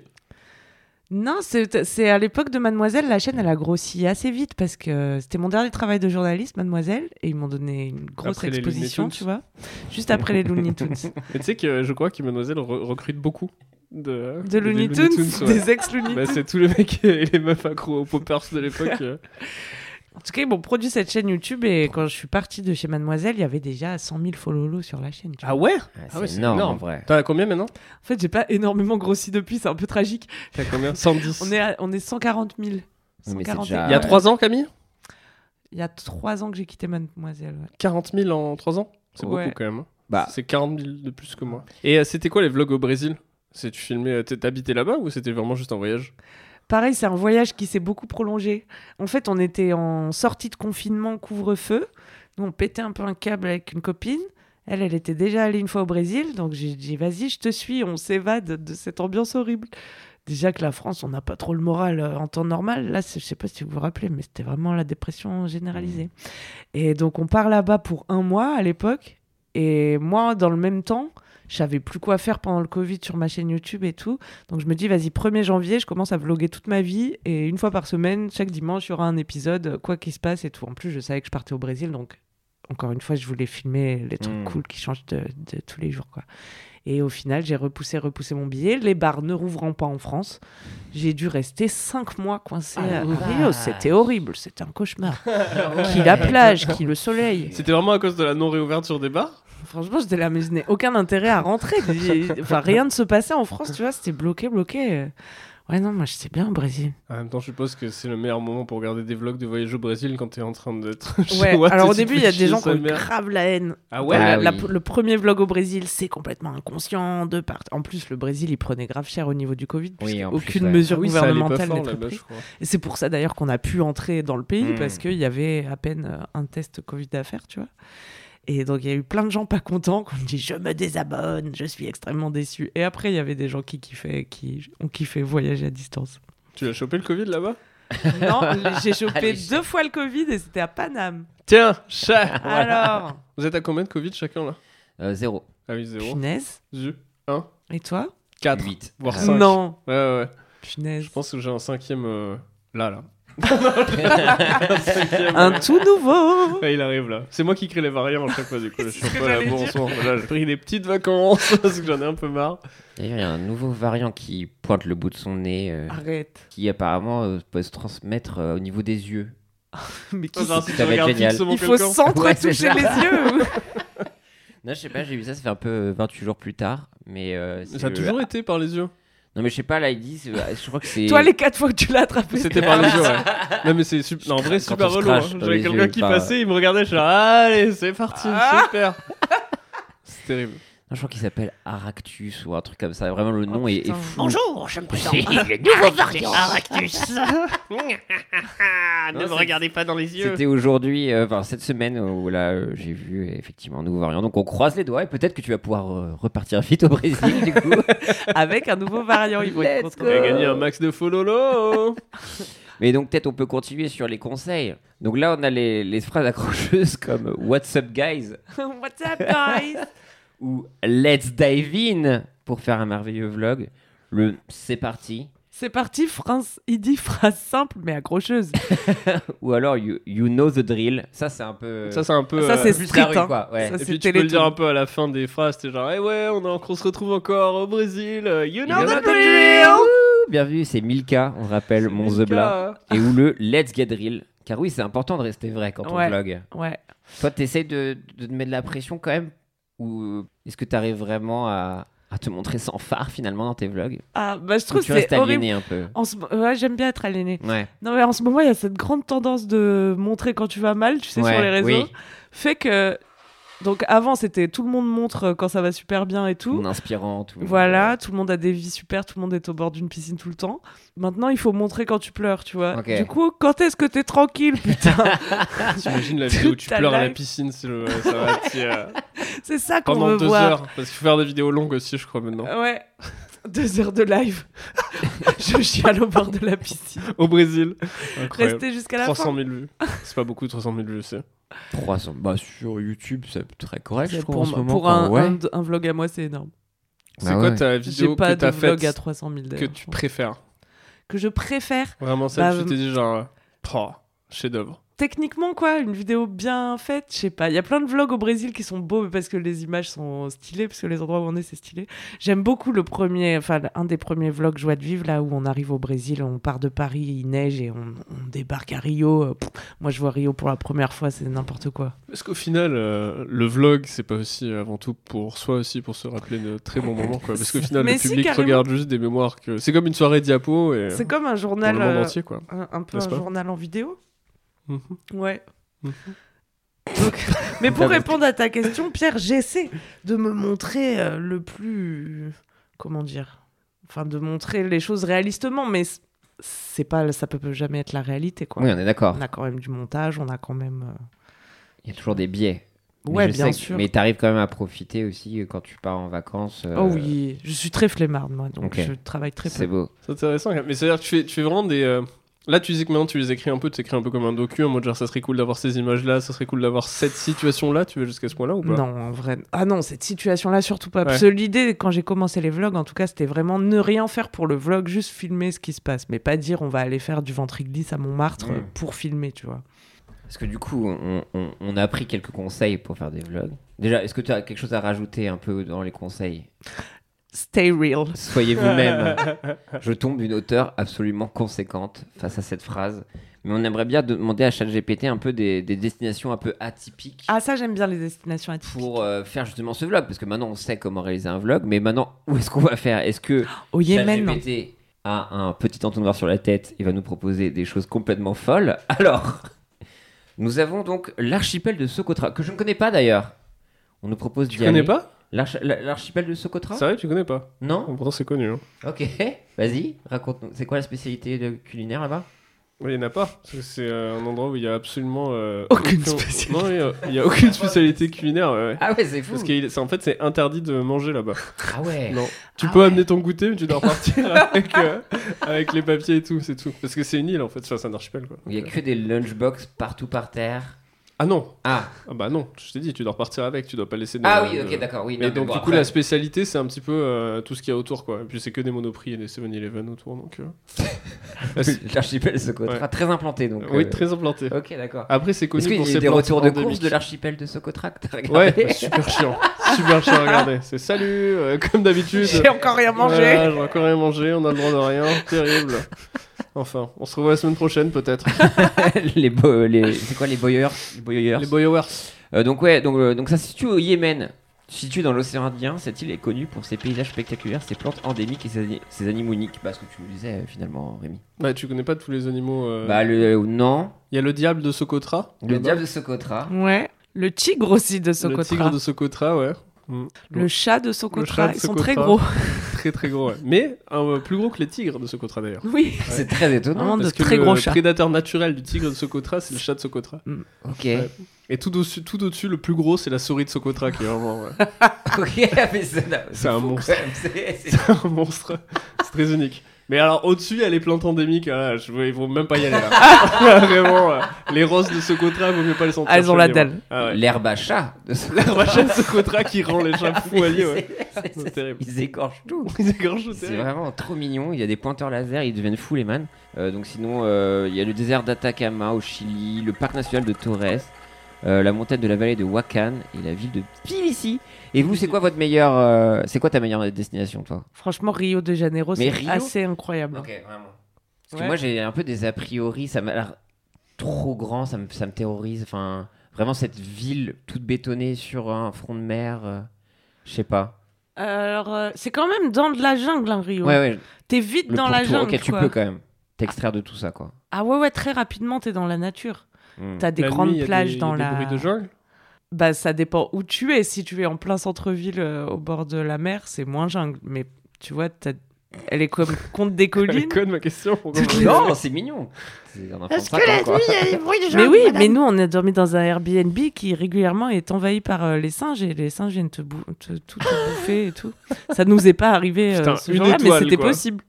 Non, c'est c'est à l'époque de Mademoiselle, la chaîne, elle a grossi assez vite parce que c'était mon dernier travail de journaliste, Mademoiselle, et ils m'ont donné une grosse
Après les Looney
exposition,
Tunes.
tu vois. Juste après les Looney Tunes.
Et tu sais que je crois que Mademoiselle re- recrute beaucoup de,
De
des
Looney Tunes,
ouais.
des ex-Looney
Bah,
Tunes.
c'est tous les mecs et les meufs accro aux poppers de l'époque. euh.
En tout cas, ils m'ont produit cette chaîne YouTube et quand je suis partie de chez Mademoiselle, il y avait déjà 100 000 follow sur la chaîne. tu vois.
Ah ouais
Ah,
Ah ouais,
c'est
c'est
énorme,
énorme.
en vrai.
T'en as combien maintenant
En fait, j'ai pas énormément grossi depuis, c'est un peu tragique.
T'as combien 110.
On est, à- on est 140 000.
Oui, mais c'est
140
déjà-
Il y a 3 ans, Camille
Il y a trois ans que j'ai quitté Mademoiselle. ouais.
40 000 en 3 ans C'est
Ouais.
beaucoup quand même. hein.
Bah.
C'est 40 000 de plus que moi. Et euh, c'était quoi les vlogs au Brésil C'est tu filmais, euh, t'es- t'habitais là-bas ou c'était vraiment juste un voyage
Pareil, c'est un voyage qui s'est beaucoup prolongé. En fait, on était en sortie de confinement, couvre-feu. Nous, on pétait un peu un câble avec une copine. Elle, elle était déjà allée une fois au Brésil, donc j'ai dit vas-y, je te suis, on s'évade de cette ambiance horrible. Déjà que la France, on n'a pas trop le moral euh, en temps normal. Là, c'est- je sais pas si vous vous rappelez, mais c'était vraiment la dépression généralisée. Et donc, on part là-bas pour un mois à l'époque. Et moi, dans le même temps, je savais plus quoi faire pendant le Covid sur ma chaîne YouTube et tout. Donc je me dis, vas-y, 1er janvier, je commence à vloguer toute ma vie. Et une fois par semaine, chaque dimanche, il y aura un épisode, euh, quoi qu'il se passe et tout. En plus, je savais que je partais au Brésil. Donc, encore une fois, je voulais filmer les trucs
Mm.
cool qui changent de, de tous les jours. quoi. Et au final, j'ai repoussé, repoussé mon billet. Les bars ne rouvrant pas en France, j'ai dû rester 5 mois coincé
Ah la
à Rio.
vache.
C'était horrible, c'était un cauchemar.
Ah
qui la plage, qui le soleil.
C'était vraiment à cause de la non-réouverture des bars
Franchement, j'étais là, mais je n'ai aucun intérêt à rentrer. J'ai- Enfin, rien ne se passait en France, tu vois, c'était bloqué, bloqué. Ouais, non, moi, je sais bien au Brésil.
En même temps, je suppose que c'est le meilleur moment pour regarder des vlogs de voyage au Brésil quand t'es en train d'être chez
Ouais,
moi,
alors
tu
au
te
début,
fais
il y a des
chier
gens qui
sa
ont
mère.
grave la haine. Euh,
Ah ouais
Ah
La- la-
oui.
Le premier vlog au Brésil, c'est complètement inconscient de part. En plus, le Brésil, il prenait grave cher au niveau du Covid,
Oui,
puisque
en plus,
aucune
ouais.
Ah
mesure
oui, ça allait pas
gouvernementale
fort,
n'était
là-bas,
prise.
je crois.
Et c'est pour ça d'ailleurs qu'on a pu entrer dans le pays
Mm.
parce qu'il y avait à peine euh, un test Covid à faire, tu vois. Et donc il y a eu plein de gens pas contents qui ont dit je me désabonne, je suis extrêmement déçu. Et après il y avait des gens qui kiffaient, qui ont kiffé voyager à distance.
Tu as chopé le Covid là-bas
Non,
Ah,
j'ai chopé deux fois le Covid et c'était à Paname.
Tiens, chat
Alors,
Vous êtes à combien de Covid chacun là
Euh, zéro.
Ah oui, 0,
punaise.
1,
Et toi
4,
Huit.
voire
Ah,
5.
Non,
Ouais, ouais, ouais.
punaise.
Je pense que j'ai un cinquième euh, là, là.
Un tout nouveau.
Ouais, Ah, il arrive là. C'est moi qui crée les variants à chaque fois, du coup. Je
C'est
suis
ce
un
que
peu à la
j'allais
bourre en
dire.
ce moment. Là, j'ai pris des petites vacances parce que j'en ai un peu marre.
D'ailleurs, il y a un nouveau variant qui pointe le bout de son nez, euh,
Ah.
Arrête.
qui apparemment euh, peut se transmettre euh, au niveau des yeux.
Mais qui
Ça, c'est un
c'est-
truc
Ça
que
va être
regarde
génial.
fixement
il faut
quelqu'un.
Ouais, c'est
s'entre-toucher
ça.
les yeux.
Non, je sais pas, j'ai vu ça, ça fait un peu euh, 28 jours plus tard. Mais euh, c'est
Ça a
le-
toujours été par les yeux.
Non, mais je sais pas, là, ils disent. euh, Je crois que c'est.
Toi les quatre fois que tu l'as attrapé.
C'était par les yeux, ouais. Non, mais c'est super. Non, en vrai,
Quand
super
on se
relou. hein.
crache dans
J'avais
les
quelqu'un
yeux,
qui
pas-
passait, il me regardait, je suis là, allez, c'est parti,
Ah
super. C'est terrible.
Non, je crois qu'il s'appelle Aractus ou un truc comme ça. Vraiment, le nom est, est
Oh, putain.
fou.
Bonjour, je me présente.
C'est le
nouveau variant. Aractus.
Non,
ne
c'est-
me regardez pas dans les yeux.
C'était aujourd'hui, euh, enfin cette semaine où là euh, j'ai vu euh, effectivement un nouveau variant. Donc on croise les doigts et peut-être que tu vas pouvoir euh, repartir vite au Brésil du coup.
avec un nouveau variant. Ils vont être
Let's
contents.
On a
go.
gagné un max de fololo.
Euh, Mais donc peut-être on peut continuer sur les conseils. Donc là on a les, les phrases accrocheuses comme What's up guys
What's up, guys?
ou Let's dive in pour faire un merveilleux vlog. Le c'est parti
C'est parti, France. Il dit phrase simple mais accrocheuse.
ou alors You, you know the drill. Ça c'est un peu.
Ça, c'est un peu.
Ça,
euh,
c'est
plus
street.
la rue,
hein.
quoi. Ouais.
Ça,
Et
c'est
puis tu peux le
Téléthon.
dire un peu à la fin des phrases, t'es genre, eh ouais, on, est en- on se retrouve encore au Brésil, euh, you know
You
the
know the
drill!
bienvenue, c'est Milka, on rappelle, mon Zebla, et ou le Let's Get Real. Car oui, c'est important de rester vrai quand
Ouais.
on vlog.
Ouais.
Toi, t'essayes de, de te mettre de la pression quand même Ou est-ce que t'arrives vraiment à, à te montrer sans phare finalement dans tes vlogs
Ah, bah, je
Ou
trouve
tu
que c'est
restes
horrible.
aliéné un peu
En ce... mo- ouais, j'aime bien être aliéné.
Ouais.
Non, mais en ce moment, il y a cette grande tendance de montrer quand tu vas mal, tu sais,
Ouais,
sur les réseaux.
oui.
Fait que. Donc, avant, c'était tout le monde montre quand ça va super bien et tout.
Mon inspirant, tout.
Voilà, tout le monde a des vies super, tout le monde est au bord d'une piscine tout le temps. Maintenant, il faut montrer quand tu pleures, tu vois.
Ok.
Du coup, quand est-ce que t'es tranquille, putain
T'imagines la vidéo où tu
Toute ta
pleures à la
life.
piscine c'est le- ça va, t'y, euh,
C'est ça qu'on
pendant
veut
deux
voir.
heures. Parce qu'il faut faire des vidéos longues aussi, je crois, maintenant.
Ouais. Deux heures de live. Je chiale au bord de la piscine.
Au Brésil. Incroyable.
Rester jusqu'à la
300 000 vues. C'est pas beaucoup, 300 000 vues, c'est.
300. Bah, sur YouTube, c'est très
fin.
correct. je
Pour,
pense, en ce moment,
pour
quand-
un,
ouais.
un, un vlog à moi, c'est énorme.
C'est
Bah
quoi
ouais.
ta
J'ai
vidéo que
pas de
t'as
vlog à
faite
300 000
que
d'ailleurs.
tu préfères
Que je préfère.
Vraiment celle
Bah,
que tu t'es dit genre. euh, Oh, chef-d'œuvre.
Techniquement, quoi, une vidéo bien faite, je sais pas. Il y a plein de vlogs au Brésil qui sont beaux mais parce que les images sont stylées, parce que les endroits où on est, c'est stylé. J'aime beaucoup le premier, enfin, un des premiers vlogs Joie de Vivre, là où on arrive au Brésil, on part de Paris, il neige et on, on débarque à Rio. Euh, pff, moi, je vois Rio pour la première fois, c'est n'importe quoi.
Parce qu'au final, euh, le vlog, c'est pas aussi avant tout pour soi aussi, pour se rappeler de très bons moments. Quoi. Parce qu'au final,
Mais
le
si,
public
carrément.
regarde juste des mémoires que. C'est comme une soirée diapo et.
C'est comme un
Pour
journal.
le monde
euh,
entier, quoi.
un, un peu
N'est-ce
un
pas
journal en vidéo.
Mhm.
Ouais.
Mhm. Mm-hmm.
Donc- mais pour
D'accord.
répondre à ta question, Pierre, j'essaie de me montrer euh, le plus. Comment dire Enfin, de montrer les choses réalistement, mais c- c'est pas, ça peut jamais être la réalité, quoi.
Oui, on est d'accord.
On a quand même du montage, on a quand même. euh,
Il y a toujours des biais. Mais
Ouais,
je
bien
sais que-
sûr.
Mais t'arrives quand même à profiter aussi euh, quand tu pars en vacances. euh,
Oh oui, je suis très flemmarde, moi, donc
Ok.
je travaille très
C'est
peu.
beau.
C'est intéressant. quand même. Mais c'est-à-dire que tu fais, tu fais vraiment des. euh, Là, tu dis que maintenant tu les écris un peu, tu écris un peu comme un docu, en mode genre ça serait cool d'avoir ces images-là, ça serait cool d'avoir cette situation-là. Tu vas jusqu'à ce point-là ou pas
Non, en vrai. Ah non, cette situation-là, surtout pas.
Ouais.
Parce que l'idée, quand j'ai commencé les vlogs, en tout cas, c'était vraiment ne rien faire pour le vlog, juste filmer ce qui se passe. Mais pas dire on va aller faire du ventricle glisse à Montmartre
Ouais.
euh, pour filmer, tu vois.
Parce que du coup, on, on- on a pris quelques conseils pour faire des vlogs. Déjà, est-ce que tu as quelque chose à rajouter un peu dans les conseils
Stay real.
Soyez vous-même. Je tombe d'une hauteur absolument conséquente face à cette phrase. Mais on aimerait bien demander à ChatGPT un peu des, des destinations un peu atypiques
Ah, ça, j'aime bien les destinations atypiques.
pour euh, faire justement ce vlog. Parce que maintenant, on sait comment réaliser un vlog. Mais maintenant, où est-ce qu'on va faire Est-ce que
Au Yémen. non.
ChatGPT a un petit entonnoir sur la tête et va nous proposer des choses complètement folles Alors, nous avons donc l'archipel de Socotra, que je ne connais pas d'ailleurs. On nous propose d'y
Tu connais
aller.
pas
L'arch- la- L'archipel de
Hein
Socotra
C'est vrai, que tu connais pas.
Non
Bon, Pourtant, c'est connu. hein.
Ok, vas-y, raconte-nous. C'est quoi la spécialité de- culinaire là-bas
Ouais, Il n'y en a pas. Parce que c'est euh, un endroit où il y a absolument. euh,
Aucune
aucun-
spécialité.
Non, il y a- il n'y a,
Ah,
aucune spécialité culinaire. ouais, ouais.
Ah ouais, c'est fou.
Parce qu'en fait, c'est interdit de manger là-bas.
Ah ouais.
Non. Tu
Ah
peux
ouais.
amener ton goûter, mais tu dois repartir avec, euh, avec les papiers et tout, c'est tout. Parce que c'est une île en fait, Enfin, c'est un archipel quoi. euh,
Il y a que des lunchbox partout par terre.
Ah non
Ah,
Ah bah non, je t'ai dit, tu dois repartir avec, tu dois pas laisser. dans
ah
le-
oui, ok, d'accord, oui. non,
Mais
mais
donc,
bon,
du coup,
après-
la spécialité, c'est un petit peu euh, tout ce qu'il y a autour, quoi. Et puis, c'est que des Monoprix et des 7-Eleven autour, donc. euh. la-
l'archipel de Socotra,
Ouais.
très implanté donc.
oui,
euh,
très implanté.
Ok, d'accord.
Après, c'est connu
Est-ce qu'il
pour
y a eu
ses
des
plantes
retours de course
endémiques.
de l'archipel de Socotra que t'as regardé
Ouais, bah, super chiant. Super chiant à regarder. C'est salut, euh, comme d'habitude.
J'ai encore rien mangé.
Voilà, j'ai encore rien mangé, on a le droit de rien. Terrible. Enfin, on se revoit la semaine prochaine, peut-être.
les bo- les- c'est quoi les boyeurs Les boyeurs.
Les Boyowers.
Euh, donc ouais, donc, euh, donc ça se situe au Yémen. Située dans l'océan Indien, cette île est connue pour ses paysages spectaculaires, ses plantes endémiques et ses, ani- ses animaux uniques. Bah, ce que tu nous disais euh, finalement, Rémi.
Bah, tu connais pas tous les animaux. euh, Il
Bah, le euh, non,
y a le diable de Socotra.
le
là-bas.
diable de Socotra.
Ouais. Le tigre aussi de
Le
Socotra.
tigre de Socotra, ouais.
Le chat de
chat
Socotra.
de
Ils sont très
Socotra.
gros.
Très très gros, ouais. Mais euh, plus gros que les tigres de Socotra d'ailleurs.
Oui.
C'est très étonnant.
Vraiment de
Parce que
très
le
gros chats.
prédateur naturel du tigre de Socotra, c'est le chat de Socotra.
Ok.
Ouais. Et tout au-dessus, tout au-dessus, le plus gros, c'est la souris de Socotra qui est vraiment ouais.
ok, mais c'est
C'est un
fou,
monstre.
quand même, c'est- c'est-
C'est un monstre. C'est très unique. Mais alors, au-dessus, il y a les plantes endémiques. ah, je, veux- il faut même pas y aller là. Vraiment, euh, les roses de Socotra, vaut mieux pas les sentir.
Elles ont la
je te le dis,
dalle.
ouais. Ah, ouais.
L'herbe à chat de Socotra.
La machine de Socotra qui rend les chats fous à
Mais
lier, ouais.
c'est- c'est-
C'est terrible.
Ils écorchent tout.
Ils égorgent au
C'est
terrain.
vraiment trop mignon. Il y a des pointeurs laser, ils deviennent fous les man. Euh, donc sinon, euh, il y a le désert d'Atacama au Chili, le parc national de Torres, euh, la montagne de la vallée de Wakan et la ville de Tbilisi. Et vous, c'est quoi votre meilleure, euh, c'est quoi ta meilleure destination, toi
Franchement, Rio de Janeiro,
Mais
c'est
Rio
assez incroyable.
vraiment. Parce que
Ouais.
moi, j'ai un peu des a priori, ça m'a l'air trop grand, ça me, ça me terrorise. Enfin, vraiment cette ville toute bétonnée sur un front de mer, euh, je sais pas.
Alors, euh, c'est quand même dans de la jungle, hein, Rio.
Ouais, ouais.
T'es vite
Le
dans la
pourtour,
jungle.
ok, tu
quoi.
peux quand même t'extraire de tout ça, quoi.
Ah ouais, ouais, très rapidement, t'es dans la nature.
Hmm.
T'as des
La
grandes
nuit, il y a
plages
des-
dans
il y a
la.
Des bruits de jungle
Bah, ça dépend où tu es. Si tu es en plein centre-ville, euh, au bord de la mer, c'est moins jungle. Mais tu vois, t'as- elle est comme contre des
Elle
collines.
conne ma question. pourquoi
Toutes
vous-
les-
Non, c'est mignon. C'est un enfant de
Est-ce
cinq
que la
ans, quoi.
nuit, il y a des bruits de gens
mais oui, mais nous, on a dormi dans un Airbnb qui régulièrement est envahi par euh, les singes et les singes viennent te, bou- te- tout te bouffer et tout. Ça nous est pas arrivé euh,
Putain,
ce
une
jour-là, mais
étoile,
c'était
quoi.
possible.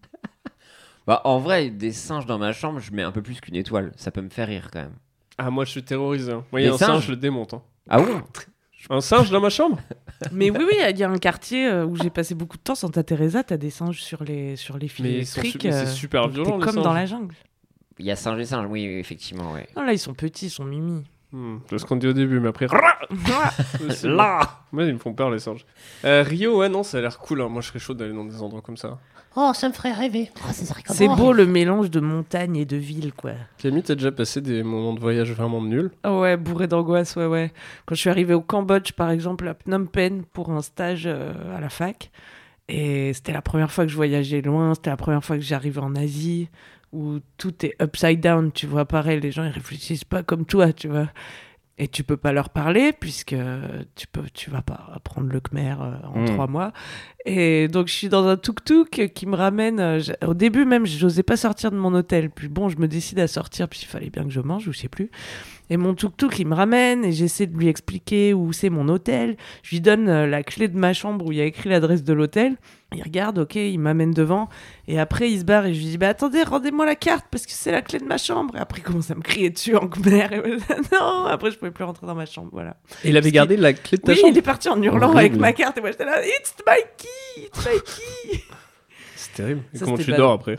Bah, en vrai, des singes dans ma chambre, je mets un peu plus qu'une étoile. Ça peut me faire rire quand même.
Ah, moi je suis terrorisé. hein. Moi, il y a
Les
un singe,
singes.
je le démonte. hein.
Ah bon
Un singe dans ma chambre
Mais oui, oui, il y a un quartier euh, où j'ai passé beaucoup de temps. Santa Teresa, t'as des singes sur les sur les fils
Mais ils sont su-
électriques.
mais c'est
euh,
super
donc
violent,
T'es
les
comme dans
singes.
la jungle.
Il y a singe et singe, oui, effectivement, ouais.
Non, là, ils sont petits, ils sont mimi.
Hmm, C'est ce qu'on dit au début, mais après. Rah C'est bon. Moi, ils me font peur, les singes. Euh, Rio, ouais, non, ça a l'air cool. hein. Moi, je serais chaud d'aller dans des endroits comme ça.
Oh, ça me ferait rêver. Oh, ça serait
C'est
comment
beau le mélange de montagne et de ville, quoi.
Camille, t'as déjà passé des moments de voyage vraiment nuls
Ah ouais, bourré d'angoisse, ouais, ouais. Quand je suis arrivée au Cambodge, par exemple, à Phnom Penh, pour un stage euh, à la fac, et c'était la première fois que je voyageais loin, c'était la première fois que j'arrivais en Asie, où tout est upside down, tu vois, pareil, les gens, ils réfléchissent pas comme toi, tu vois. Et tu peux pas leur parler, puisque tu peux, tu vas pas apprendre le khmer euh, en
Mm.
trois mois. Et donc, je suis dans un tuk-tuk qui me ramène... euh, j'- au début même, j'osais pas sortir de mon hôtel. Puis bon, je me décide à sortir, puis il fallait bien que je mange, ou je sais plus. Et mon tuk-tuk, il me ramène et j'essaie de lui expliquer où c'est mon hôtel. Je lui donne euh, la clé de ma chambre où il y a écrit l'adresse de l'hôtel. Il regarde, ok, il m'amène devant. Et après, il se barre et je lui dis Bah attendez, rendez-moi la carte parce que c'est la clé de ma chambre. Et après, il commence à me crier dessus en colère. Et non, après, je pouvais plus rentrer dans ma chambre. Voilà.
Et il avait
Parce gardé
gardé la clé de ta
Oui,
chambre
il est parti en hurlant
Horrible.
avec ma carte. Et moi, j'étais là It's my key It's my key
C'est terrible. Et
Ça,
comment
c'était
tu
pas-
dors après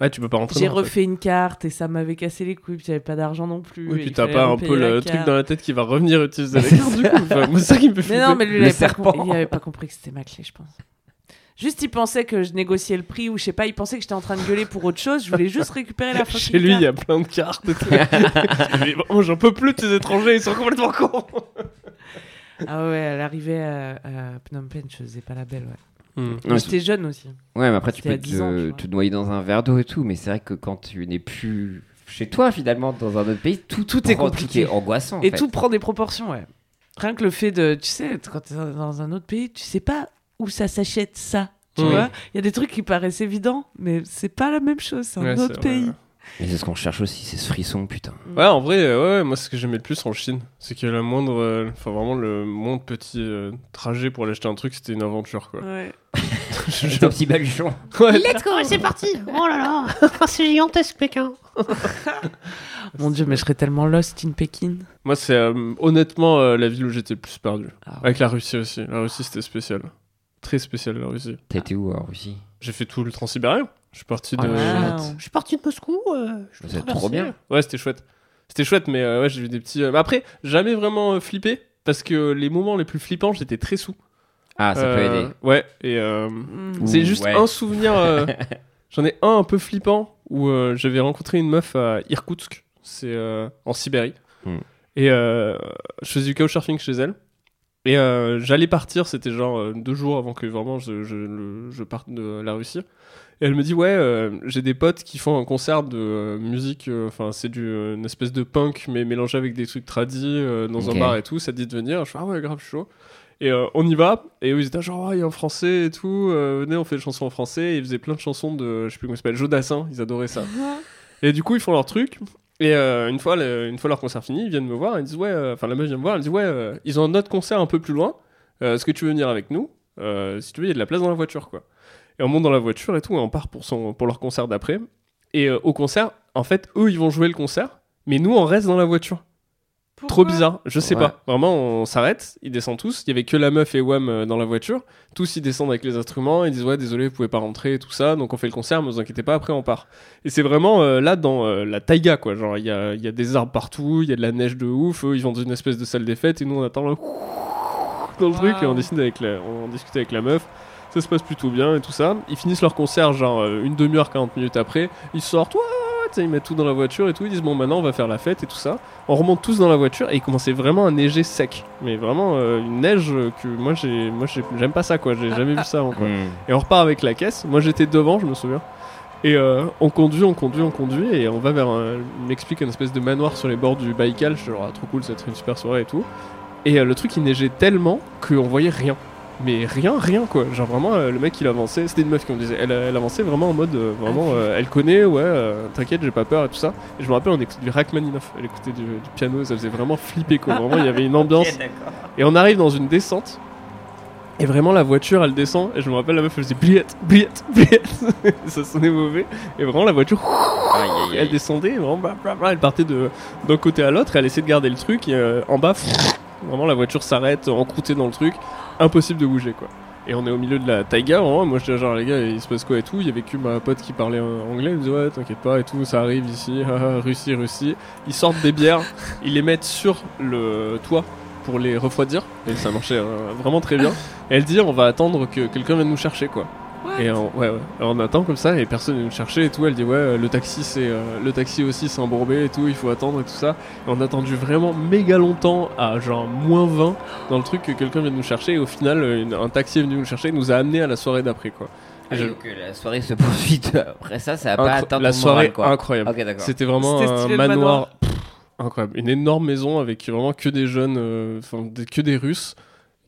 Ouais, tu peux pas rentrer
J'ai
dans la-
refait une carte et ça m'avait cassé les couilles. Puis j'avais pas d'argent non plus.
Oui,
et
puis
il
t'as
fallait
pas un
repayer
peu
la
le truc
carte.
dans la tête qui va revenir utiliser la carte du coup. Enfin, moi, c'est ça qui me fait
Mais
flipper.
non, mais lui, il
Le
avait pas,
serpent.
compris- il avait pas compris que c'était ma clé, je pense. Juste, il pensait que je négociais le prix ou je sais pas, il pensait que j'étais en train de gueuler pour autre chose. Je voulais juste récupérer la fucking
Chez lui, il
carte.
y a plein de cartes. et tout. Mais bon, j'en peux plus de ces étrangers, ils sont complètement cons.
Ah ouais, à l'arrivée à, à Phnom Penh, je faisais pas la belle. Ouais.
Non,
Mais
mais
J'étais jeune aussi.
Ouais, mais après, tu
C'était
peux
à 10 ans, tu
te,
vois.
te noyer dans un verre d'eau et tout, mais c'est vrai que quand tu n'es plus chez toi, finalement, dans un autre pays, tout,
Tout est
prend-
compliqué.
Tout est angoissant. en
Et
fait.
tout prend des proportions, ouais. Rien que le fait de. Tu sais, quand t'es dans un autre pays, tu sais pas où ça s'achète ça. Tu
Oui.
vois Il y a des trucs qui paraissent évidents, mais c'est pas la même chose, c'est un
Ouais, c'est
autre
vrai,
pays.
ouais.
Mais c'est ce qu'on cherche aussi, c'est ce frisson, putain.
Ouais, en vrai, euh, ouais, ouais, moi, ce que j'aimais le plus en Chine, c'est que la moindre, euh, enfin vraiment le moindre petit euh, trajet pour aller acheter un truc, c'était une aventure, quoi.
Ouais.
Je-
Ton petit baluchon.
Let's go, c'est parti. Oh là là, c'est gigantesque Pékin.
Mon dieu, mais je serais tellement lost in Pékin.
Moi, c'est euh, honnêtement euh, la ville où j'étais le plus perdu.
Ah ouais.
Avec la Russie aussi. La Russie, c'était spécial. Très spécial, la Russie.
T'as été où en Russie
J'ai fait tout le transsibérien. Je suis parti de.
Ah,
ouais,
chouette.
Je suis parti de Moscou. euh, je
Vous êtes
traversais.
trop bien.
c'était chouette. C'était chouette, mais euh, ouais, j'ai vu des petits. euh, mais après, jamais vraiment euh, flippé. Parce que euh, les moments les plus flippants, j'étais très sous.
Ah, ça peut
Euh,
aider.
Ouais, et. euh,
Mm.
Ouh,
C'est juste
ouais.
un souvenir. euh, J'en ai un un peu flippant où euh, j'avais rencontré une meuf à Irkoutsk, c'est euh, en Sibérie.
Hmm.
Et euh, je faisais du couchsurfing chez elle. Et euh, j'allais partir, c'était genre euh, deux jours avant que vraiment je, je, le- je parte de la Russie. Et elle me dit Ouais, euh, j'ai des potes qui font un concert de euh, musique, euh, enfin, c'est du, euh, une espèce de punk, mais mélangé avec des trucs tradis euh, dans
Ok.
un bar et tout. Ça te dit de venir Je fais Ah ouais, grave chaud. Et euh, on y va, et eux ils étaient genre, Ah, il y a un français et tout, euh, venez, on fait des chansons en français. Et ils faisaient plein de chansons de, je sais plus comment ça s'appelle, Jodassin, ils adoraient ça. et du coup, ils font leur truc. Et euh, une, fois, le- une fois leur concert fini, ils viennent me voir, ils disent ouais, euh, enfin la meuf vient me voir, elle dit ouais, euh, ils ont un autre concert un peu plus loin, Euh, est-ce que tu veux venir avec nous Euh, Si tu veux, il y a de la place dans la voiture quoi. Et on monte dans la voiture et tout, et on part pour, son, pour leur concert d'après. Et euh, au concert, en fait, eux ils vont jouer le concert, mais nous on reste dans la voiture.
Pourquoi
Trop bizarre, je sais
Ouais.
pas. Vraiment, on s'arrête, ils descendent tous. Il y avait que la meuf et Wham euh, dans la voiture. Tous ils descendent avec les instruments, ils disent ouais désolé, vous pouvez pas rentrer et tout ça. Donc on fait le concert, mais vous inquiétez pas, après on part. Et c'est vraiment euh, là dans euh, la taïga quoi. Genre il y a, il y a des arbres partout, il y a de la neige de ouf. Eux, ils vont dans une espèce de salle des fêtes et nous on attend le dans le truc et on décide avec la- on discute avec la meuf. Ça se passe plutôt bien et tout ça. Ils finissent leur concert genre euh, une demi-heure, 40 minutes après. Ils sortent, ouais, ouais, tu sais, ils mettent tout dans la voiture et tout. Ils disent bon maintenant on va faire la fête et tout ça. On remonte tous dans la voiture et il commençait vraiment à neiger sec. Mais vraiment euh, une neige euh, que moi j'ai, moi j'ai- j'aime pas ça quoi. J'ai jamais vu ça. avant, quoi.
Hmm.
Et on repart avec la caisse. Moi j'étais devant, je me souviens. Et euh, on conduit, on conduit, on conduit et on va vers un, il m'explique une espèce de manoir sur les bords du Baïkal. Je suis genre Ah, trop cool, ça serait une super soirée et tout. Et euh, le truc il neigeait tellement qu'on voyait rien. Mais rien, rien quoi. Genre vraiment euh, le mec il avançait. C'était une meuf qui me disait, elle, elle avançait vraiment en mode euh, vraiment, euh, elle connaît, ouais, euh, t'inquiète, j'ai pas peur et tout ça. Et je me rappelle on écoutait du Rachmaninoff, elle écoutait du, du piano, ça faisait vraiment flipper quoi. Vraiment il y avait une ambiance. Et on arrive dans une descente. Et vraiment, la voiture, elle descend. Et je me rappelle, la meuf, elle faisait bliette, bliette, bliette. ça sonnait mauvais. Et vraiment, la voiture,
Aïe, aïe, aïe.
elle descendait. Et vraiment, bla, bla, bla, elle partait de- d'un côté à l'autre. Elle essayait de garder le truc. Et euh, en bas, vraiment, la voiture s'arrête, encroûtée dans le truc. Impossible de bouger, quoi. Et on est au milieu de la taïga, vraiment. Moi, j'étais genre, les gars, il se passe quoi et tout. Il y avait que ma pote qui parlait euh, anglais. Elle me disait, ouais, t'inquiète pas et tout, ça arrive ici. Ah, ah, Russie, Russie. Ils sortent des bières, ils les mettent sur le toit pour les refroidir. Et ça marchait euh, vraiment très bien. Et elle dit, on va attendre que quelqu'un vienne nous chercher, quoi.
What
Et on, ouais, ouais. Alors, on attend comme ça et personne vient nous chercher et tout. Elle dit ouais euh, le taxi c'est euh, le taxi aussi c'est embourbé et tout. Il faut attendre et tout ça. Et on a attendu vraiment méga longtemps à genre moins 20 dans le truc que quelqu'un vient nous chercher. Et au final euh, une- un taxi est venu nous chercher et nous a amené à la soirée d'après quoi.
Ah,
Et je-
donc, euh, la soirée se poursuit. de- Après ça, ça a pas
Incro-
atteint
la
ton
soirée
moral, quoi.
incroyable.
Ok, d'accord.
C'était vraiment
C'était
un
stylé, le
manoir,
manoir.
pff, incroyable, une énorme maison avec vraiment que des jeunes, euh, enfin des- que des Russes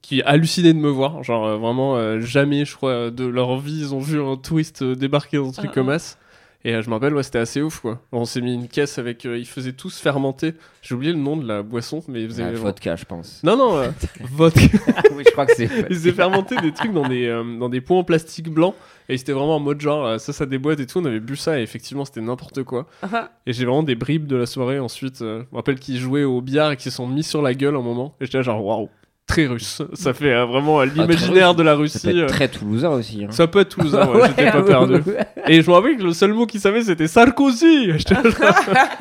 qui hallucinaient de me voir. Genre euh, vraiment euh, jamais, je crois, euh, de leur vie ils ont vu un touriste euh, débarquer dans un truc
Ah,
comme
ah.
ça. Et euh, je me rappelle, ouais, c'était assez ouf quoi. On s'est mis une caisse avec, euh, ils faisaient tous fermenter. J'ai oublié le nom de la boisson, mais ils faisaient.
Ah, vodka, je pense.
Non non, euh, vodka.
Ah oui, je crois que c'est.
Ils faisaient fermenter des trucs dans des, euh, dans des pots en plastique blanc. Et c'était vraiment en mode genre, euh, ça, ça déboîte et tout. On avait bu ça et effectivement, c'était n'importe quoi.
Ah,
Et j'ai vraiment des bribes de la soirée ensuite. euh, je me rappelle qu'ils jouaient au billard et qu'ils se sont mis sur la gueule un moment. Et j'étais là genre, waouh, très russe. Ça fait euh, vraiment euh, l'imaginaire
Mm. Ah, russe.
de la
Ça
Russie.
peut être
euh,
très toulousain aussi. hein.
Ça peut être toulousain, ouais,
Ouais,
j'étais pas
ouais,
perdu.
ouais.
Et je me rappelle que le seul mot qu'ils savaient c'était Sarkozy. J'étais là genre-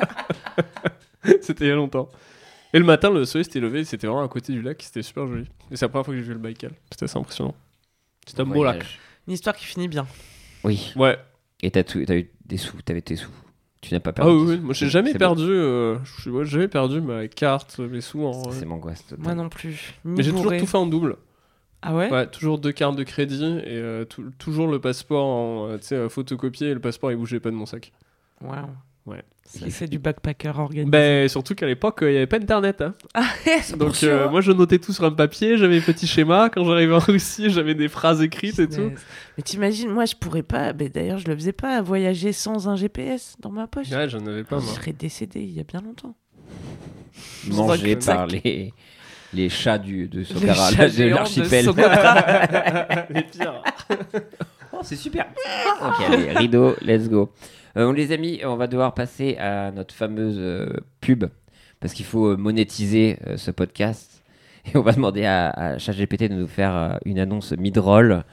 c'était il y a longtemps. Et le matin, le soleil s'était levé, c'était vraiment à côté du lac, c'était super joli. Et c'est la première fois que j'ai vu le Baïkal. C'était assez impressionnant. C'était un beau lac.
Voyage.
Une histoire qui finit bien.
Oui.
Ouais.
Et t'as tout- t'as eu des sous, t'avais tes sous. Tu n'as pas
Ah
perdu.
oui,
tes
oui.
sous.
Moi, j'ai
C'est-
jamais
c'est
perdu. euh, je suis- ouais, j'ai jamais perdu ma carte, mes sous en.
bon. C'est m'angoisse. totale.
Moi non plus. Ni
Mais j'ai toujours
bourré.
tout fait en double.
Ah ouais,
Ouais, toujours deux cartes de crédit et euh, tou- toujours le passeport en euh, tu sais, euh, photocopié et le passeport il bougeait pas de mon sac.
Wow.
Ouais.
Ça, C'est du backpacker organisé.
Ben surtout qu'à l'époque euh, il y avait pas internet. hein. Donc
hein.
euh, moi je notais tout sur un papier, j'avais des petits schémas. Quand j'arrivais en Russie, j'avais des phrases écrites et tout.
Punaise. Mais t'imagines, moi je pourrais pas, mais d'ailleurs je le faisais pas, voyager sans un GPS dans ma poche.
Ouais, j'en avais pas
je
moi.
serais décédé il y a bien longtemps.
Mangé
Dans un
par les les chats du de
Les
Sokara,
chats
là, de
géants de
l'archipel.
Sokara.
Les pires.
Oh, c'est super. ok, allez, rideau, let's go. Euh, les amis, on va devoir passer à notre fameuse euh, pub parce qu'il faut euh, monétiser euh, ce podcast. Et on va demander à, à ChatGPT de nous faire euh, une annonce mid-roll.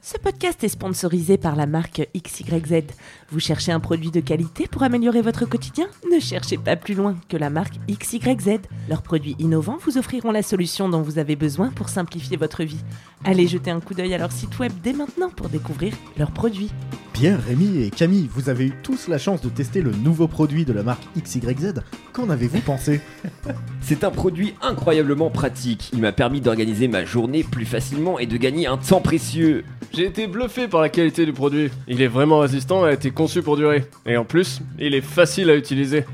Ce podcast est sponsorisé par la marque XYZ. Vous cherchez un produit de qualité pour améliorer votre quotidien Ne cherchez pas plus loin que la marque XYZ. Leurs produits innovants vous offriront la solution dont vous avez besoin pour simplifier votre vie. Allez jeter un coup d'œil à leur site web dès maintenant pour découvrir leurs produits.
Pierre, Rémi et Camille, vous avez eu tous la chance de tester le nouveau produit de la marque XYZ. Qu'en avez-vous pensé
C'est un produit incroyablement pratique. Il m'a permis d'organiser ma journée plus facilement et de gagner un temps précieux.
J'ai été bluffé par la qualité du produit. Il est vraiment résistant et a été conçu pour durer. Et en plus, il est facile à utiliser.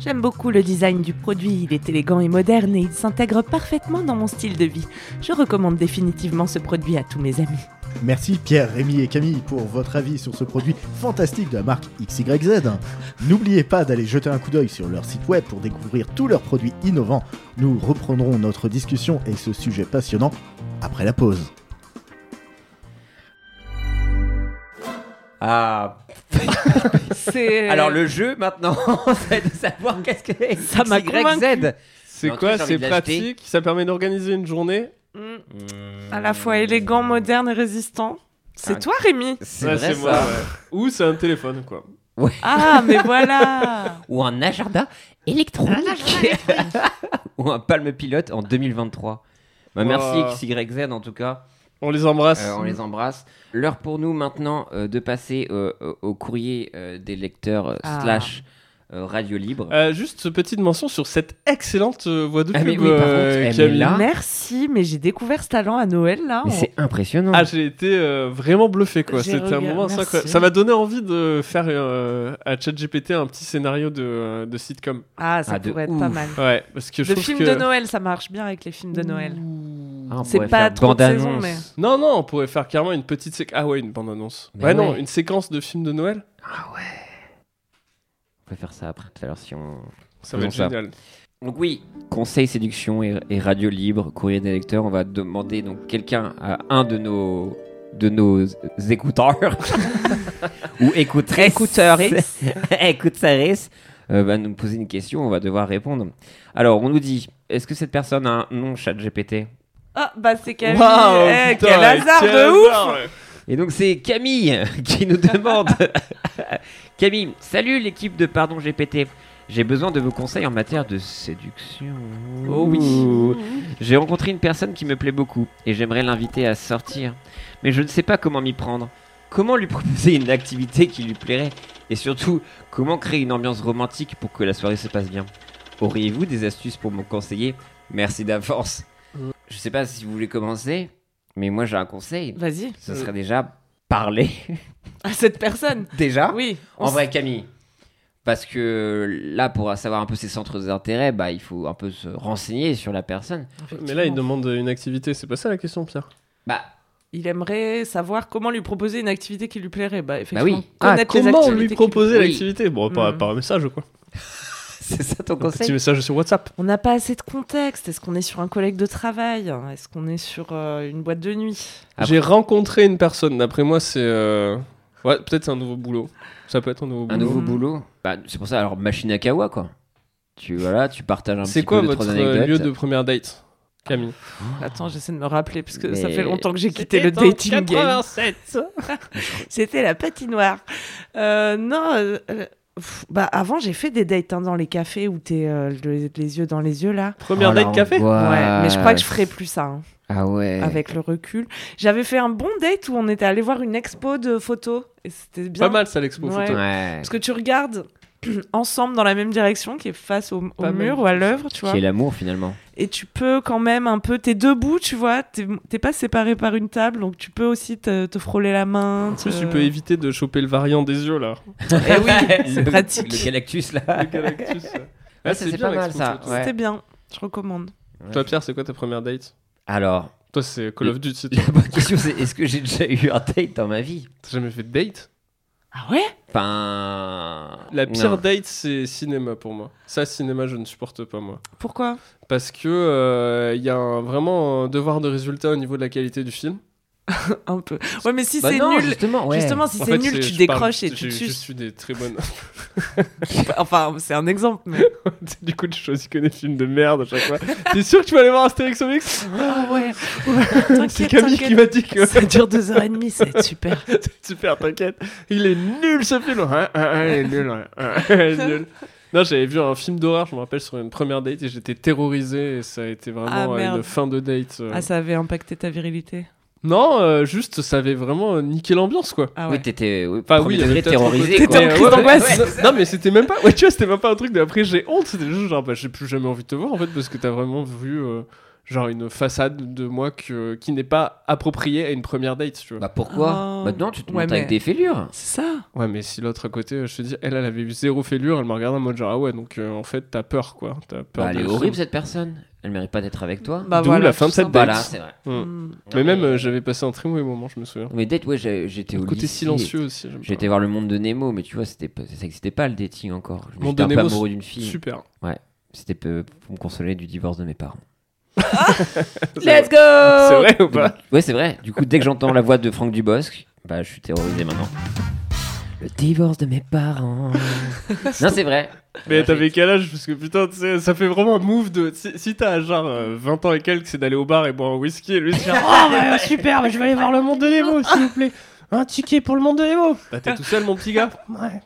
J'aime beaucoup le design du produit, il est élégant et moderne et il s'intègre parfaitement dans mon style de vie. Je recommande définitivement ce produit à tous mes amis.
Merci Pierre, Rémi et Camille pour votre avis sur ce produit fantastique de la marque XYZ. N'oubliez pas d'aller jeter un coup d'œil sur leur site web pour découvrir tous leurs produits innovants. Nous reprendrons notre discussion et ce sujet passionnant après la pause.
Ah.
C'est.
Alors le jeu maintenant, c'est de savoir qu'est-ce que
Ça m'a
XYZ.
C'est
Mais en tout
quoi C'est
cas, j'ai envie de l'acheter.
pratique, ça permet d'organiser une journée.
Mm. À la fois élégant, moderne et résistant. C'est
Ah.
toi, Rémi
C'est
Ouais,
vrai
c'est moi,
ça.
ouais. Ou c'est un téléphone, quoi.
Ah, mais voilà
Ou un agenda électronique. Ou un palme pilote en 2023. Bah,
Wow.
Merci XYZ en tout cas.
On les embrasse.
Euh, on les embrasse. L'heure pour nous maintenant euh, de passer euh, euh, au courrier euh, des lecteurs euh,
Ah.
slash euh, radio libre.
Euh, juste ce petite mention sur cette excellente euh, voix de
Ah, mais
pub
oui, par
euh,
contre, eh, mais
Camille.
là- Ah.
Merci, mais j'ai découvert ce talent à Noël, là.
Mais
On-
c'est impressionnant.
Ah, j'ai été euh, vraiment bluffé, quoi.
J'ai
C'était un
regardé-
moment incroyable.
merci.
Ça m'a donné envie de faire euh, à ChatGPT un petit scénario de, euh, de sitcom.
Ah, ça
Ah, de
pourrait être
ouf.
pas mal.
Ouais, parce que je
Le
trouve
film
que...
de Noël, ça marche bien avec les films de Noël.
Ah, on
c'est
pourrait
pas
faire
trop de saison,
bande-annonce.
mais-
Non, non, on pourrait faire carrément une petite séquence. Ah ouais, une bande-annonce.
Mais
Ouais, non,
ouais.
une séquence de film de Noël.
On peut faire ça après tout à l'heure si on.
Ça va être
Faisons ça.
génial.
Donc oui, conseil séduction et, et radio libre, courrier des lecteurs, on va demander donc quelqu'un à un de nos de nos écouteurs ou écouteresses,
Écouteurs.
écouteuristes, euh, va nous poser une question, on va devoir répondre. Alors on nous dit, est-ce que cette personne a un nom chat GPT
Ah, bah c'est Camille.
Waouh,
Eh,
putain,
quel hasard
quel
de ouf
hasard, ouais.
Et donc c'est Camille qui nous demande Camille, salut l'équipe de Pardon GPT. J'ai besoin de vos conseils en matière de séduction.
Oh oui.
J'ai rencontré une personne qui me plaît beaucoup et j'aimerais l'inviter à sortir. Mais je ne sais pas comment m'y prendre. Comment lui proposer une activité qui lui plairait Et surtout, comment créer une ambiance romantique pour que la soirée se passe bien Auriez-vous des astuces pour me conseiller Merci d'avance.
Mm.
Je sais pas si vous voulez commencer, mais moi j'ai un conseil
Vas-y,
Mm.
ce serait déjà parler
à cette personne.
déjà
Oui. on
Ah, en
s-
vrai Camille parce que là pour savoir un peu ses centres d'intérêt bah il faut un peu se renseigner sur la personne
Mais là, il demande une activité. C'est pas ça la question, Pierre
bah,
Il aimerait savoir comment lui proposer une activité qui lui plairait. Bah,
bah
effectivement.
oui
Connaître les
Comment
activités
lui
qui-
proposer
Oui.
l'activité Bon, pas
Mm.
par un message, quoi.
c'est ça ton
Un petit
conseil
message sur WhatsApp.
On n'a pas assez de contexte. Est-ce qu'on est sur un collègue de travail hein? Est-ce qu'on est sur euh, une boîte de nuit
Après-
J'ai rencontré une personne. D'après moi, c'est. euh, Ouais, peut-être c'est un nouveau boulot. Ça peut être un nouveau boulot.
un nouveau
Mm.
boulot bah, c'est pour ça alors machine à kawa quoi tu voilà tu partages un
C'est
petit
quoi
peu de
votre
trois
euh,
anecdotes
lieu de première date, Camille
Attends, j'essaie de me rappeler parce que ça
Mais-
fait longtemps que j'ai quitté le dating game. C'était la patinoire. Euh, non, euh, euh, pff, bah avant j'ai fait des dates hein, dans les cafés où t'es euh, le- les yeux dans les yeux là.
Première
Oh, la
date café
angoisse.
Ouais, mais je crois que je ferai plus ça hein,
ah ouais
avec le recul. J'avais fait un bon date où on était allé voir une expo de photos et c'était bien.
Pas mal ça l'expo
Ouais.
photo.
ouais
Parce que tu regardes ensemble dans la même direction qui est face au, au
Pas mal.
mur ou à l'œuvre, tu vois.
qui est l'amour finalement
et tu peux quand même un peu, t'es debout, tu vois, t'es t'es pas séparé par une table, donc tu peux aussi te, te frôler la main.
En plus, tu peux éviter de choper le variant des yeux là.
et oui
c'est pratique.
le galactus là
Le Galactus. Ouais,
Ouais, ça, c'est
bien,
pas mal,
l'expo
ça.
photo.
Ouais.
C'était bien, je recommande.
Toi, Pierre, c'est quoi ta première date
alors
Toi, c'est Call of Duty.
La bonne question, c'est est-ce que j'ai déjà eu un date dans ma vie
T'as jamais fait de date
Ah ouais
Enfin.
La pire
non.
date, c'est cinéma pour moi. Ça, cinéma, je ne supporte pas moi.
Pourquoi
Parce que euh, il y a un- vraiment un devoir de résultat au niveau de la qualité du film.
Un peu. Ouais, mais si
Bah
c'est
non,
nul,
Justement, ouais.
justement, si
En
c'est
fait,
nul, tu
je parle-
décroches et
j'ai-
tu te
Je
suces.
suis des très bonnes.
Enfin, c'est un exemple, mais
du coup, tu choisis que des films de merde à chaque fois. T'es sûr que tu vas aller voir Astérix Obélix
ah ouais. T'inquiète,
C'est Camille qui
t'inquiète.
m'a dit que.
Ça dure deux heures et demie, c'est super.
Super, t'inquiète. Il est nul ce film. Hein, hein, hein, il est nul. hein, hein, il est nul. Non, j'avais vu un film d'horreur, je me rappelle, sur une première date et j'étais terrorisé et ça a été
Ah,
vraiment euh,
merde.
une fin de date. euh.
Ah, ça avait impacté ta virilité.
Non, euh, juste ça avait vraiment euh, niqué l'ambiance quoi.
Ah
Oui,
ouais.
t'étais. Oui,
Enfin,
premier
oui, il y avait
degré
peut-être un
terrorisé.
côté-
T'étais en
Ouais,
crise
ouais,
d'angoisse.
ouais, ouais. Non, mais c'était même pas. Ouais, tu vois, c'était même pas un truc d'après j'ai honte. C'était juste genre, bah, j'ai plus jamais envie de te voir en fait parce que t'as vraiment vu euh, genre une façade de moi que, qui n'est pas appropriée à une première date, tu vois.
Bah pourquoi
Oh.
Maintenant, tu te
Ouais,
montes
mais-
avec des fêlures.
C'est ça.
Ouais, mais si l'autre à côté, euh, je te dis, elle, elle avait eu zéro fêlure, elle me regarde en mode genre, ah ouais, donc euh, en fait, t'as peur quoi. T'as peur
Bah, elle
de-
est horrible cette personne. Elle mérite pas d'être avec toi.
Bah
D'où
voilà,
la fin de
tout
cette
simplement.
date.
Voilà, c'est vrai.
Mm.
Mm.
Mais même,
mais-
euh, j'avais passé un très mauvais moment, je me souviens.
Mais date, ouais, j'ai- j'étais au
Le côté
lycée.
silencieux aussi. j'aime
J'ai
pas.
été voir le monde de Nemo, mais tu vois, c'était pas- ça n'existait pas le dating encore.
Monde
J'étais un
de
peu
Nemo,
amoureux d'une fille.
Super.
C'était peu- pour me consoler du divorce de mes parents.
Let's go
C'est vrai ou pas
Ouais, c'est vrai. Du coup, dès que j'entends la voix de Franck Dubosc, bah, je suis terrorisé maintenant. Le divorce de mes parents. non, c'est vrai.
Mais
Moi,
t'avais
j'ai-
quel âge Parce que putain, tu sais, ça fait vraiment un move de. Si, si t'as genre euh, 20 ans et quelques, c'est d'aller au bar et boire un whisky et lui c'est genre Oh, bah, super, bah, je vais aller voir le monde de
Oh,
l'Evo, s'il vous plaît. Un ticket pour le monde de l'Evo. Bah, t'es tout seul, mon petit gars. Ouais.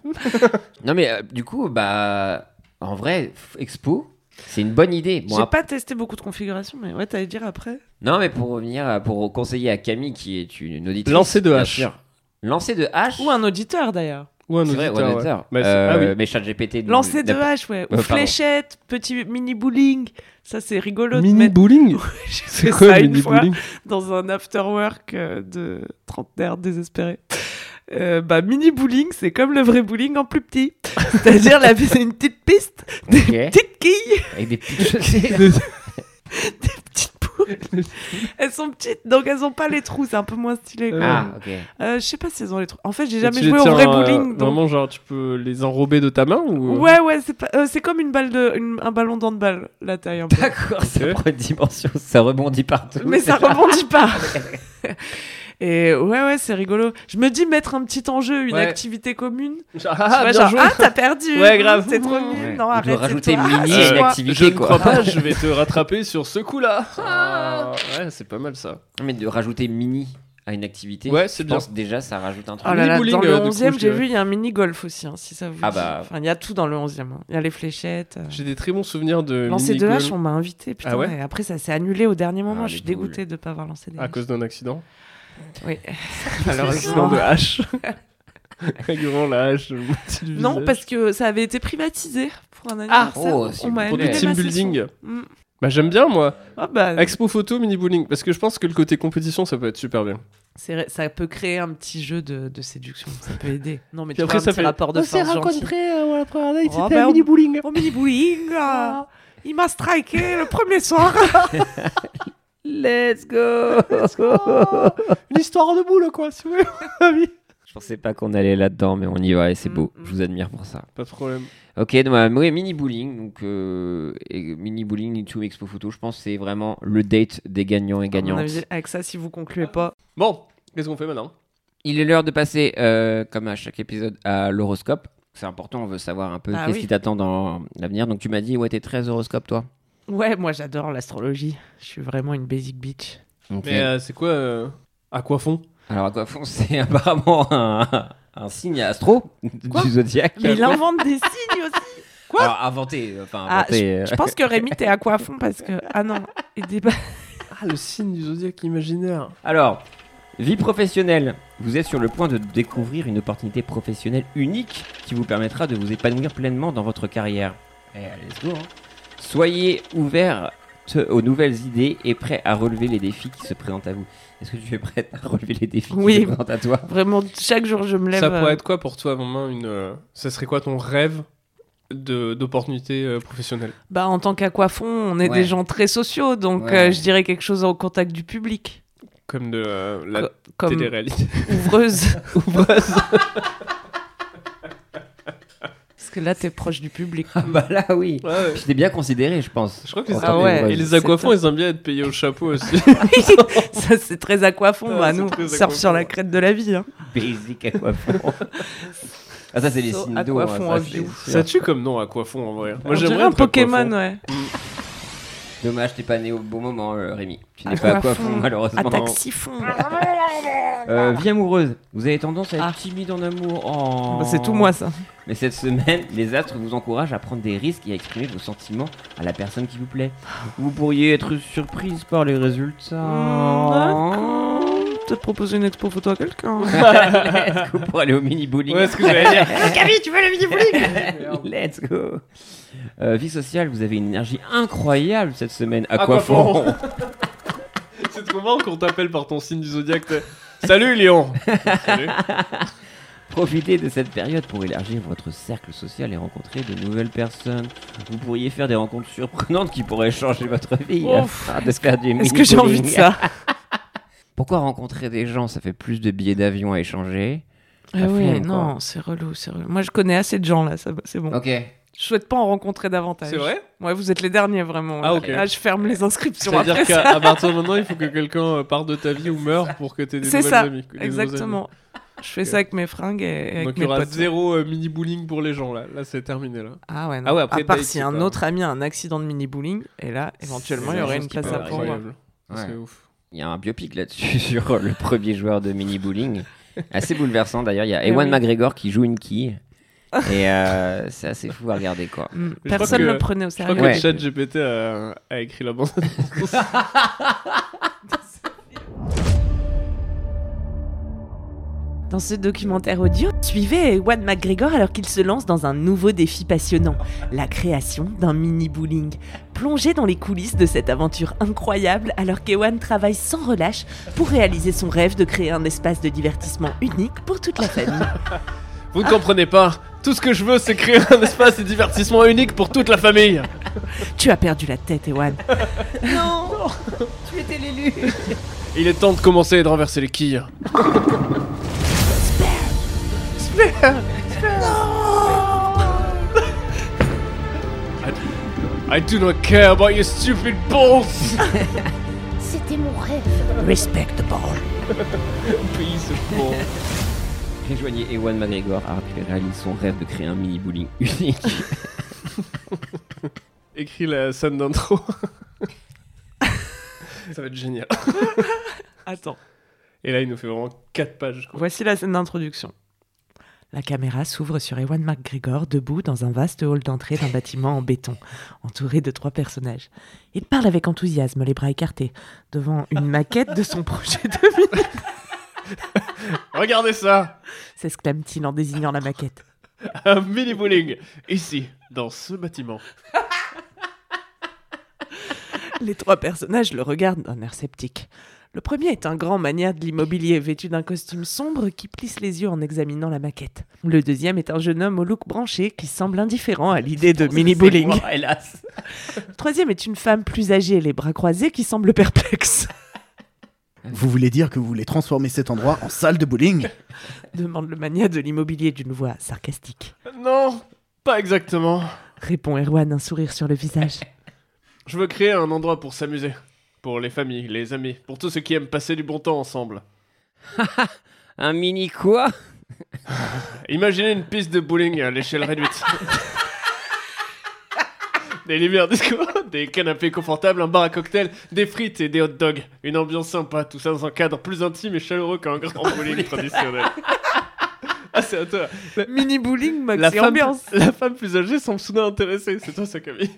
Non, mais euh, du coup, bah. En vrai, f- Expo, c'est une bonne idée. Bon,
J'ai
ap-
pas testé beaucoup de configurations, mais ouais, t'allais dire après.
Non, mais pour revenir, à- pour conseiller à Camille, qui est une auditrice.
Lancer de
bien
hache.
sûr. Lancer de hache.
Ou un auditeur d'ailleurs.
Ou un
C'est vrai,
auditeur.
ou un
ouais.
auditeur.
Mais c'est-
Euh,
ah oui.
mais ChatGPT. nous-
Lancer de
n'a pas-
hache,
Euh,
ouais. Ou
pardon.
fléchette, petit mini bowling. Ça, c'est rigolo de
Mini
mettre.
bowling
J'ai
C'est
fait
quoi
ça
le
une
mini
fois
bowling
dans un afterwork euh, de trentenaire désespéré. Euh, bah, mini bowling, c'est comme le vrai bowling en plus petit. C'est-à-dire, là, c'est une petite piste, des
Ok.
petites quilles,
Avec des petites chaussettes.
des petites boules. Elles sont petites, donc elles ont pas les trous, c'est un peu moins stylé. quoi.
ah, ok.
Euh, je sais pas si elles ont les trous. En fait, j'ai
Et
jamais
tu les
joué au
tiens,
vrai
euh,
bowling. donc-
Vraiment, genre, tu peux les enrober de ta main ou...
Ouais, ouais, c'est pas- euh, c'est comme une balle de, une- un ballon d'handball, la taille un peu.
D'accord, ça prend une dimension, ça rebondit partout.
Mais ça rebondit pas. Et ouais, ouais, c'est rigolo. Je me dis mettre un petit enjeu, une
Ouais.
activité commune. Tu
Ah,
vois,
bien
genre,
joué.
ah, t'as perdu.
Ouais, grave.
C'est trop nul.
Ouais.
Non,
Ou de
arrête. c'est
rajouter
toi.
mini
Euh,
à une
moi, Je
activité,
ne
quoi.
crois pas, je vais te rattraper sur ce coup-là. Ah, ouais, c'est pas mal ça.
Mais de rajouter mini à une activité,
Ouais, c'est
je
bien.
pense déjà ça rajoute un truc.
Oh là
Mini
là,
bowling,
dans
euh, du
le
coup,
11e,
je
j'ai
dirais.
vu, il y a un mini-golf aussi, hein, si ça vous
Ah
dit.
bah.
Enfin, il y a tout dans le 11e. hein. Il y a les fléchettes. euh.
J'ai des très bons souvenirs de.
Lancer de
mini-golf
hache, on m'a invité. Putain,
Ah ouais
et après, ça s'est annulé au dernier moment.
Ah,
je suis
les boules.
dégoûtée de ne pas avoir lancé des
À
haches.
cause d'un accident.
Oui.
Alors, accident de hache. Régulièrement la hache. le moitié du
Non,
visage.
parce que ça avait été privatisé pour un anniversaire.
Oh, s'il
on
vous
m'a
plaît.
Pour du
annulé
team
ma session.
building.
Mm.
Bah, j'aime bien moi.
Ah bah,
Expo photo, mini bowling. Parce que je pense que le côté compétition, ça peut être super bien.
C'est vrai, ça peut créer un petit jeu de, de séduction, ça peut aider. Non mais
Puis
tu
après,
vois, un
ça
petit
fait-
rapport de force gentil.
euh, la première date,
Oh, c'était bah, un on-
bowling.
Oh mini bowling, euh, il m'a striké le premier soir.
Let's go
Une histoire de boule quoi, si vous voulez.
Je pensais pas qu'on allait là-dedans, mais on y va et c'est
Mm,
beau.
mm.
Je vous admire pour ça.
Pas de problème.
Ok, donc euh, oui, mini bowling, donc euh, et mini bowling into Expo Photo, je pense que c'est vraiment le date des gagnants et
À mon
gagnantes.
avis, avec ça, si vous concluez pas,
Bon, qu'est-ce qu'on fait maintenant
Il est l'heure de passer, euh, comme à chaque épisode, à l'horoscope. C'est important, on veut savoir un peu
Ah
qu'est-ce
oui.
qui t'attend dans l'avenir. Donc tu m'as dit, ouais, t'es très horoscope, toi.
ouais, moi j'adore l'astrologie. Je suis vraiment une basic bitch.
Ok.
Mais euh, c'est quoi euh, À quoi fond
Alors Aquafon, c'est apparemment un, un signe astro
Quoi
du zodiaque.
Mais il invente des signes aussi. quoi
Alors inventé, euh, enfin
Ah,
inventé. euh,
Je pense que Rémi t'es à quoi à fond parce que ah non, il débat.
Ah, le signe du zodiaque imaginaire.
Alors, vie professionnelle. Vous êtes sur le point de découvrir une opportunité professionnelle unique qui vous permettra de vous épanouir pleinement dans votre carrière. Eh, allez, let's go, hein. Soyez ouverte aux nouvelles idées et prêt à relever les défis qui se présentent à vous. Est-ce que tu es prête à relever les défis
Oui.
qui se présentent à toi
Vraiment chaque jour je me lève.
Ça
euh,
pourrait être quoi pour toi, maman une, euh, Ça serait quoi ton rêve de- d'opportunité euh, professionnelle
Bah en tant qu'aquafon, on est
Ouais.
des gens très sociaux, donc
Ouais.
euh, je dirais quelque chose au contact du public,
Comme de euh,
Co-
la
comme
télé-réalité.
ouvreuse. Parce que là, t'es proche du public.
Ah bah là oui.
Ouais, ouais.
J'étais bien considéré, je pense.
Je crois que
En
c'est
tant
Ah ouais.
Et
qu'ouvreuse.
les
c'est
aquafons,
top.
ils aiment bien être payés au chapeau aussi.
Ça, c'est très aquafond.
Ah,
bah,
c'est
nous,
très
on surfe sur la
aquafond.
crête de la vie. hein.
Basic aquafond. ah ça c'est les
So
signes d'eau. hein,
aquafond
ça,
of
c'est
you.
sûr.
ça tue comme nom, aquafon en vrai.
on
Moi
dirait
j'aimerais
un
être aquafon.
Pokémon, ouais.
Dommage, t'es pas né au bon moment, euh, Rémi. Tu n'es pas
Aquafond.
aquafond malheureusement.
Attaque siphon.
Euh, vie amoureuse. Vous avez tendance à être
Ah.
timide en amour. Oh.
Bah, c'est tout moi, ça.
Mais cette semaine, les astres vous encouragent à prendre des risques et à exprimer vos sentiments à la personne qui vous plaît. Vous pourriez être surprise par les résultats.
Peut-être proposer une expo photo à quelqu'un.
Let's go pour aller au mini bowling.
Ouais, ce que j'allais dire.
Camille, tu veux le mini bowling
Let's go. Euh, vie sociale, vous avez une énergie incroyable cette semaine.
Ah,
À quoi
Aquafond.
font
C'est trop marrant qu'on t'appelle par ton signe du zodiaque. t'es- Salut Léon Salut.
Profitez de cette période pour élargir votre cercle social et rencontrer de nouvelles personnes. Vous pourriez faire des rencontres surprenantes qui pourraient changer votre vie.
Ouf.
afin de faire du
Est-ce que j'ai envie de
mini-bowling.
ça
Pourquoi rencontrer des gens Ça fait plus de billets d'avion à échanger.
Eh
À
ouais,
Ah
Ah
fond,
non, c'est relou, c'est relou. Moi, je connais assez de gens, là. ça- C'est bon.
Ok.
Je souhaite pas en rencontrer davantage.
Ah. C'est vrai
Ouais, vous êtes les derniers vraiment.
Ah, ok.
Là, je ferme les inscriptions.
C'est-à-dire
après
qu'à
ça.
à partir de maintenant, il faut que quelqu'un euh, parte de ta vie ou meure pour que t'aies des
C'est
nouvelles
ça,
amies. des nouveaux amis.
Exactement. Je fais ça avec mes fringues et et avec
Donc il
mes
y aura
potes.
zéro euh, mini-bowling pour les gens là. Là, c'est terminé là.
Ah ouais, non.
Ah ouais, après,
à part
date,
si
c'est
un
pas-
autre ami a un accident de mini-bowling, et là, éventuellement, il y
la
aurait
chose
une
qui peut
place à
arriver.
prendre.
Incroyable.
Ouais.
C'est ouf.
Il y a un biopic là-dessus sur le premier joueur de mini bowling. Assez bouleversant d'ailleurs. Il y a
Eh
Ewan
oui.
McGregor qui joue une quille. Et euh, c'est assez fou à regarder quoi.
Mm.
crois
Personne ne
que-
le prenait au
Je crois
sérieux.
que
Ouais.
le chat GPT a, a écrit la bande.
Dans ce documentaire audio, suivez Ewan McGregor alors qu'il se lance dans un nouveau défi passionnant, la création d'un mini-bowling. Plongez dans les coulisses de cette aventure incroyable alors qu'Ewan travaille sans relâche pour réaliser son rêve de créer un espace de divertissement unique pour toute la famille.
Vous ne comprenez pas. Tout ce que je veux, c'est créer un espace de divertissement unique pour toute la famille.
tu as perdu la tête, Ewan.
Il est temps de commencer et de renverser les quilles. I do not care about your stupid balls!
C'était mon rêve.
Respectable.
Please,
Rejoignez Ewan McGregor alors qu'il réalise son rêve de créer un mini bowling unique.
Écris la scène d'intro. Ça va être génial.
Attends,
Et là, il nous fait vraiment 4 pages.
voici la scène d'introduction.
La caméra s'ouvre sur Ewan McGregor debout dans un vaste hall d'entrée d'un bâtiment en béton, entouré de trois personnages. Il parle avec enthousiasme, les bras écartés, devant une maquette de son projet de
Regardez ça!
s'exclame-t-il en désignant la maquette.
Un mini-bowling! Ici, dans ce bâtiment.
Les trois personnages le regardent d'un air sceptique.
Le premier est un grand mania de l'immobilier, vêtu d'un costume sombre qui plisse les yeux en examinant la maquette. Le deuxième est un jeune homme au look branché qui semble indifférent à l'idée de mini-bowling.
hélas.
Le troisième est une femme plus âgée, les bras croisés, qui semble perplexe.
Vous voulez dire que vous voulez transformer cet endroit en salle de bowling
Demande le mania de l'immobilier d'une voix sarcastique.
Non, pas exactement.
Répond Erwan, un sourire sur le visage.
Je veux créer un endroit pour s'amuser. Pour les familles, les amis, pour tous ceux qui aiment passer du bon temps ensemble.
Un mini quoi
Imaginez une piste de bowling à l'échelle réduite. Des lumières disco, des canapés confortables, un bar à cocktail, des frites et des hot dogs. Une ambiance sympa, tout ça dans un cadre plus intime et chaleureux qu'un grand bowling traditionnel. Ah, c'est à toi.
Mini-bowling,
La
maxi
femme,
ambiance.
la femme plus âgée semble soudain intéressée. C'est toi, ça, Camille.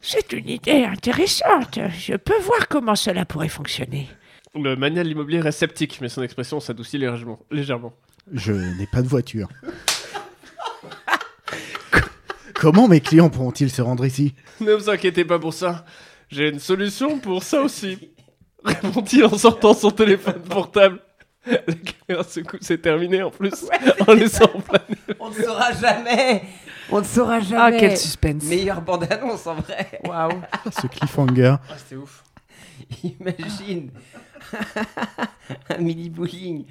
C'est une idée intéressante. Je peux voir comment cela pourrait fonctionner.
Le mania de l'immobilier reste sceptique, mais son expression s'adoucit légèrement. légèrement.
Je n'ai pas de voiture. Comment mes clients pourront-ils se rendre ici
Ne vous inquiétez pas pour ça. J'ai une solution pour ça aussi. Répondit en sortant son téléphone portable. La caméra secoue, c'est terminé en plus. en laissant planer.
On ne saura jamais On ne saura
Ah,
jamais
quel suspense.
Meilleure bande-annonce en vrai
Waouh.
Ce cliffhanger.
Ah, c'était ouf.
Imagine Un mini bowling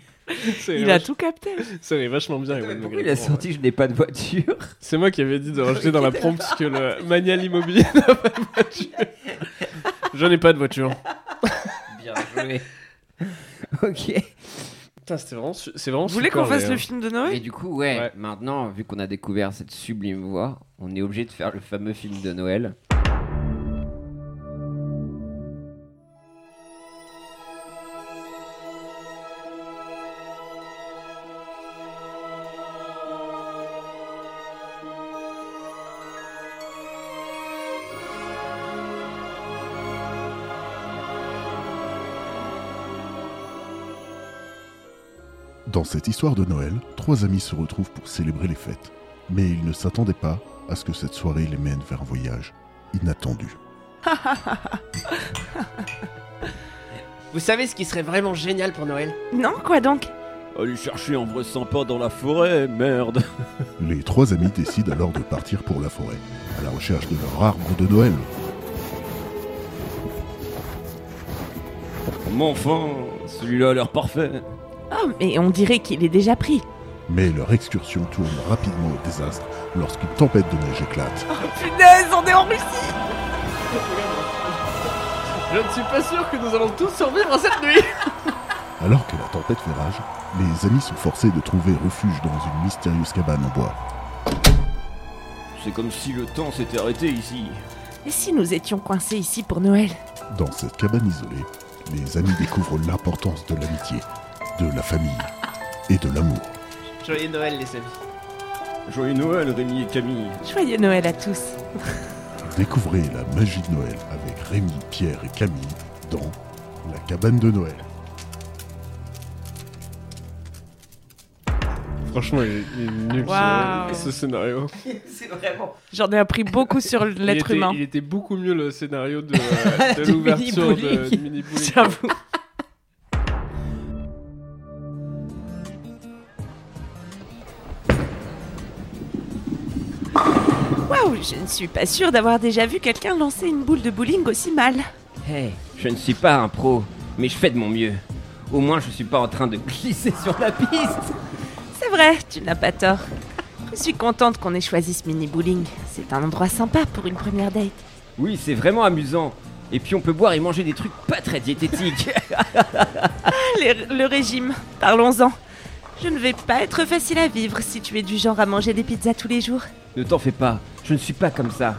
C'est
Il a tout capté.
ça allait vachement bien. Ewan
Pourquoi il
McGregor,
a
ouais.
sorti Je n'ai pas de voiture
C'est moi qui avais dit de rajouter dans la prompte que le mania de l'immobilier n'a pas de voiture. Je n'ai pas de voiture.
Bien joué Ok
Putain, c'était vraiment. su- C'est vraiment
Vous voulez
super,
qu'on fasse
les-
le film de Noël
Et du coup, ouais,
Ouais.
maintenant, vu qu'on a découvert cette sublime voix, on est obligé de faire le fameux film de Noël.
Dans cette histoire de Noël, trois amis se retrouvent pour célébrer les fêtes. Mais ils ne s'attendaient pas à ce que cette soirée les mène vers un voyage inattendu.
Vous savez ce qui serait vraiment génial pour Noël
Non, quoi donc
Aller chercher un vrai sympa dans la forêt, merde
Les trois amis décident alors de partir pour la forêt, à la recherche de leur arbre de Noël.
Mais enfin, celui-là a l'air parfait
Oh, mais on dirait qu'il est déjà pris.
Mais leur excursion tourne rapidement au désastre lorsqu'une tempête de neige éclate.
Punaise, on est en Russie
Je ne suis pas sûr que nous allons tous survivre à cette nuit
Alors que la tempête fait rage, les amis sont forcés de trouver refuge dans une mystérieuse cabane en bois.
C'est comme si le temps s'était arrêté ici.
Et si nous étions coincés ici pour Noël
Dans cette cabane isolée, les amis découvrent l'importance de l'amitié, de la famille et de l'amour.
Joyeux Noël, les amis.
Joyeux Noël, Rémi et Camille.
Joyeux Noël à tous
Découvrez la magie de Noël avec Rémi, Pierre et Camille dans La cabane de Noël.
Franchement, il est, il est nul ce-
Waouh.
ce, scénario.
C'est vraiment.
J'en ai appris beaucoup sur
Il
l'être
était,
humain.
il était beaucoup mieux le scénario de, euh, de
Du
l'ouverture de,
mini-bowling.
du mini-bowling.
J'avoue.
Waouh, je ne suis pas sûre d'avoir déjà vu quelqu'un lancer une boule de bowling aussi mal.
Hey, je ne suis pas un pro, mais je fais de mon mieux. Au moins, je suis pas en train de glisser sur la piste.
C'est vrai, tu n'as pas tort. Je suis contente qu'on ait choisi ce mini bowling. C'est un endroit sympa pour une première date.
Oui, c'est vraiment amusant. Et puis, on peut boire et manger des trucs pas très diététiques.
Les- Ah, le régime, parlons-en. Je ne vais pas être facile à vivre si tu es du genre à manger des pizzas tous les jours.
ne t'en fais pas, je ne suis pas comme ça.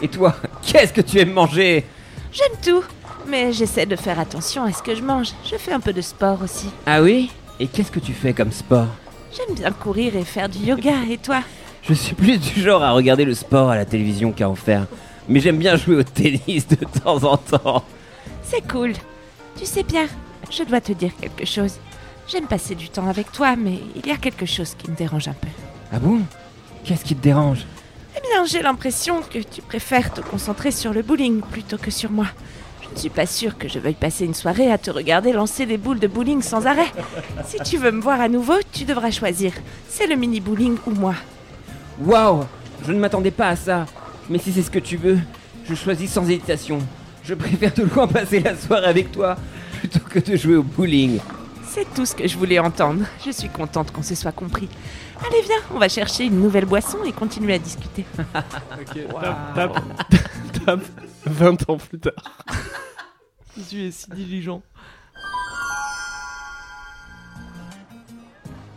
Et toi, qu'est-ce que tu aimes manger
J'aime tout, mais j'essaie de faire attention à ce que je mange. Je fais un peu de sport aussi.
Ah oui Et qu'est-ce que tu fais comme sport
J'aime bien courir et faire du yoga, et toi
Je suis plus du genre à regarder le sport à la télévision qu'à en faire. Mais j'aime bien jouer au tennis de temps en temps.
C'est cool. Tu sais, Pierre, je dois te dire quelque chose. J'aime passer du temps avec toi, mais il y a quelque chose qui me dérange un peu.
Ah bon Qu'est-ce qui te dérange
Eh bien, j'ai l'impression que tu préfères te concentrer sur le bowling plutôt que sur moi. Je ne suis pas sûre que je veuille passer une soirée à te regarder lancer des boules de bowling sans arrêt. Si tu veux me voir à nouveau, tu devras choisir. C'est le mini bowling ou moi.
Waouh Je ne m'attendais pas à ça. Mais si c'est ce que tu veux, je choisis sans hésitation. Je préfère de loin passer la soirée avec toi plutôt que de jouer au bowling.
C'est tout ce que je voulais entendre. Je suis contente qu'on se soit compris. Allez, viens, on va chercher une nouvelle boisson et continuer à discuter.
Ok, tape, tape, tape, 20 ans plus tard.
Tu es si diligent.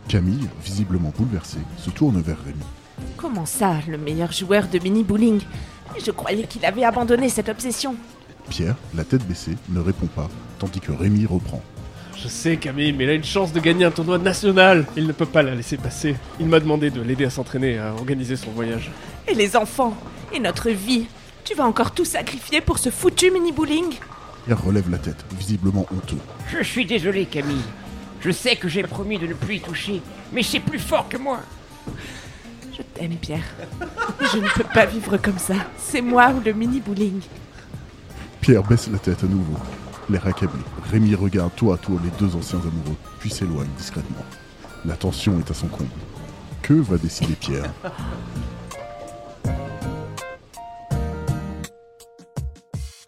Camille, visiblement bouleversée, se tourne vers Rémi.
Comment ça, le meilleur joueur de mini bowling Mais Je croyais qu'il avait abandonné cette obsession.
Pierre, la tête baissée, ne répond pas, tandis que Rémi reprend.
Je sais, Camille, mais il a une chance de gagner un tournoi national. Il ne peut pas la laisser passer. Il m'a demandé de l'aider à s'entraîner, à organiser son voyage.
Et les enfants Et notre vie Tu vas encore tout sacrifier pour ce foutu mini-bowling
Pierre relève la tête, visiblement honteux.
Je suis désolé, Camille. Je sais que j'ai promis de ne plus y toucher, mais c'est plus fort que moi.
Je t'aime, Pierre. Je ne peux pas vivre comme ça. C'est moi ou le mini-bowling.
Pierre baisse la tête à nouveau. L'air accablé, Rémi regarde tour à tour les deux anciens amoureux, puis s'éloigne discrètement. La tension est à son comble. Que va décider Pierre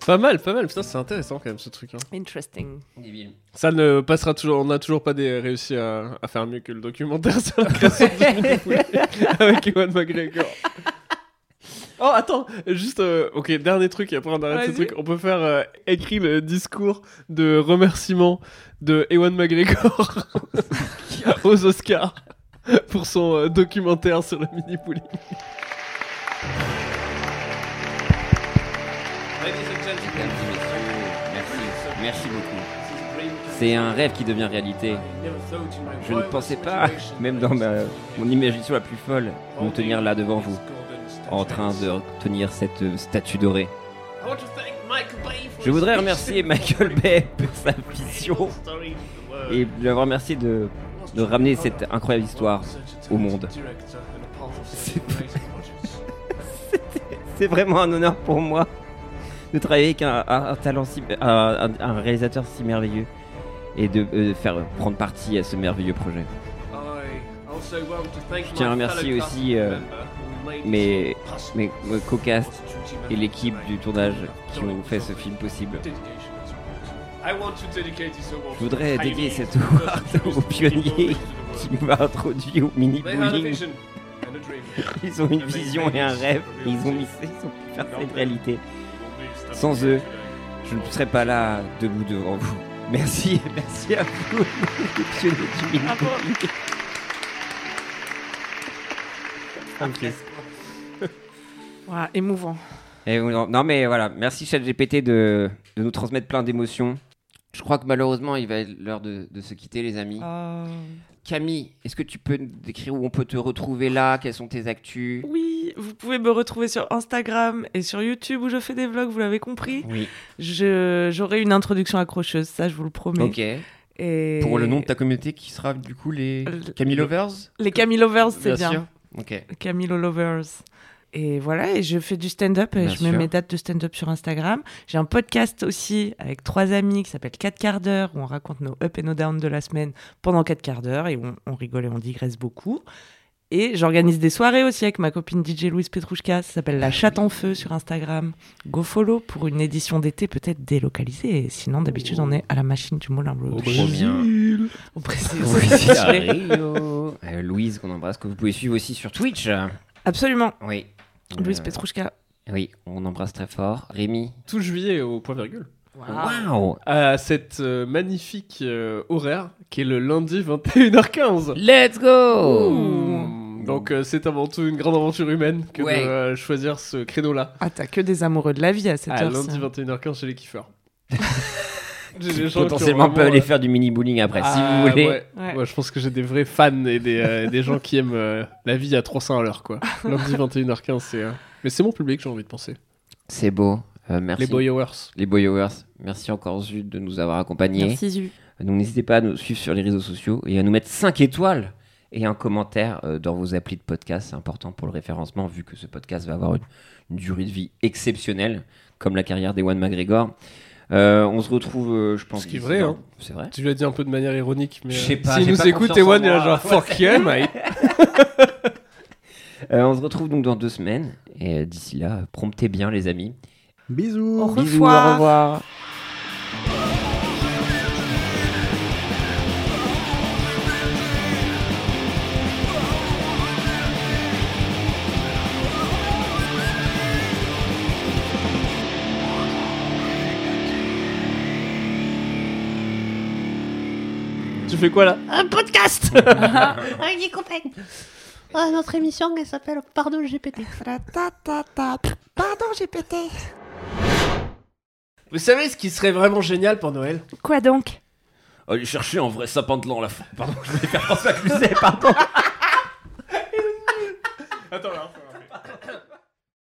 Pas mal, pas mal. Putain, c'est intéressant quand même ce truc. hein.
Interesting.
Ça ne passera toujours. On n'a toujours pas des- réussi à, à faire mieux que le documentaire sur la création du Mini Bowling avec Ewan McGregor. Oh, attends, juste, euh, ok, dernier truc, et après on arrête ce
Vas-y.
truc. On peut faire euh, écrit le discours de remerciement de Ewan McGregor aux Oscars pour son euh, documentaire sur le mini bowling.
Merci, merci beaucoup. C'est un rêve qui devient réalité. Je ne pensais pas, même dans ma- mon imagination la plus folle, me tenir là devant vous, en train de tenir cette euh, statue dorée. Je voudrais remercier Michael Bay pour sa vision et l'avoir remercié de, de ramener cette incroyable histoire au monde. C'est- C'était- C'est vraiment un honneur pour moi de travailler avec un, un- un talent si- un, un- un réalisateur si merveilleux et de euh, faire prendre partie à ce merveilleux projet.
Je
tiens à remercier aussi, euh, mes- Mais euh, Cocast et l'équipe du tournage qui ont fait ce film possible. Je voudrais dédier cet award aux pionniers qui m'a introduit au mini-bowling. Ils ont une vision et un rêve. Ils ont mis ils ont pu faire cette réalité. Sans eux, je ne serais pas là debout devant vous. Merci, merci à vous, les pionniers du mini-bowling. Ok.
Voilà, émouvant.
Et vous- non, non, mais voilà, merci ChatGPT de, de nous transmettre plein d'émotions. Je crois que malheureusement, il va être l'heure de, de se quitter, les amis.
Ah.
Camille, est-ce que tu peux nous décrire où on peut te retrouver là Quelles sont tes actus
Oui, vous pouvez me retrouver sur Instagram et sur YouTube où je fais des vlogs, vous l'avez compris.
Oui.
Je- J'aurai une introduction accrocheuse, ça je vous le promets.
Ok.
Et-
Pour le nom de ta communauté qui sera du coup les
Le-
Camille Lovers
Les Camille Lovers,
Bien
c'est bien.
sûr. Ok.
Camille Lovers. Et voilà, et je fais du stand-up, et
Bien
je
sûr.
mets mes dates de stand-up sur Instagram. J'ai un podcast aussi avec trois amis qui s'appelle 4 quarts d'heure, où on raconte nos up et nos down de la semaine pendant 4 quarts d'heure, et on, on rigole et on digresse beaucoup. Et j'organise des soirées aussi avec ma copine DJ Louise Petrouchka, ça s'appelle
Ah
La Chatte en Feu sur Instagram. Go follow pour une édition d'été peut-être délocalisée, et sinon d'habitude on est à la machine du Moulin Rouge.
Trop bien.
Au Brésil.
Louise à Rio. Euh, Louise, qu'on embrasse, que vous pouvez suivre aussi sur Twitch.
Absolument,
Oui.
Louise
Euh,
Petrouchka.
Oui, on embrasse très fort. Rémi.
Tout juillet au point virgule.
Ah.
Waouh
À cette euh, magnifique euh, horaire qui est le lundi 21h15.
Let's go
Donc euh, c'est avant tout une grande aventure humaine que
Ouais.
de euh, choisir ce créneau-là.
Ah, t'as que des amoureux de la vie à cette
À
heure.
lundi
ça.
21h15 chez les kiffeurs. J'ai des gens qui ont
Potentiellement, on peut
vraiment,
aller
euh,
faire du mini-bowling après,
ah,
si vous voulez.
ouais.
Ouais.
Moi, je pense que j'ai des vrais fans et des, euh, des gens qui aiment euh, la vie à 300 à l'heure, quoi. Lundi 21h15, c'est. euh, Mais c'est mon public, j'ai envie de penser.
C'est beau. Euh, merci.
Les boy hours.
Les Boyowers. Merci encore, Zud, de nous avoir accompagnés.
Merci, Zu.
Donc n'hésitez pas à nous suivre sur les réseaux sociaux et à nous mettre 5 étoiles et un commentaire euh, dans vos applis de podcast. C'est important pour le référencement vu que ce podcast va avoir une, une durée de vie exceptionnelle, comme la carrière d'Ewan McGregor. Euh, on se retrouve, euh, je pense.
Ce qui est
d'ici
vrai,
dans-
hein.
C'est vrai.
Tu l'as dit un peu de manière ironique, mais.
Je
euh,
sais pas,
S'il
j'ai
nous
pas
écoute,
confiance en
Ewan, il est là
moi.
genre fuck you, mate.
Euh, on se retrouve donc dans deux semaines et euh, d'ici là, euh, promptez bien les amis.
Bisous.
Au
Bisous, au revoir.
Tu fais quoi là
Un podcast Avec des copains. Ah, notre émission, elle s'appelle Pardon GPT.
Pardon, j'ai pété.
Vous savez ce qui serait vraiment génial pour Noël
Quoi donc
Allez chercher un vrai sapin de lin, la f- Pardon, je vais faire penser à
Attends, là,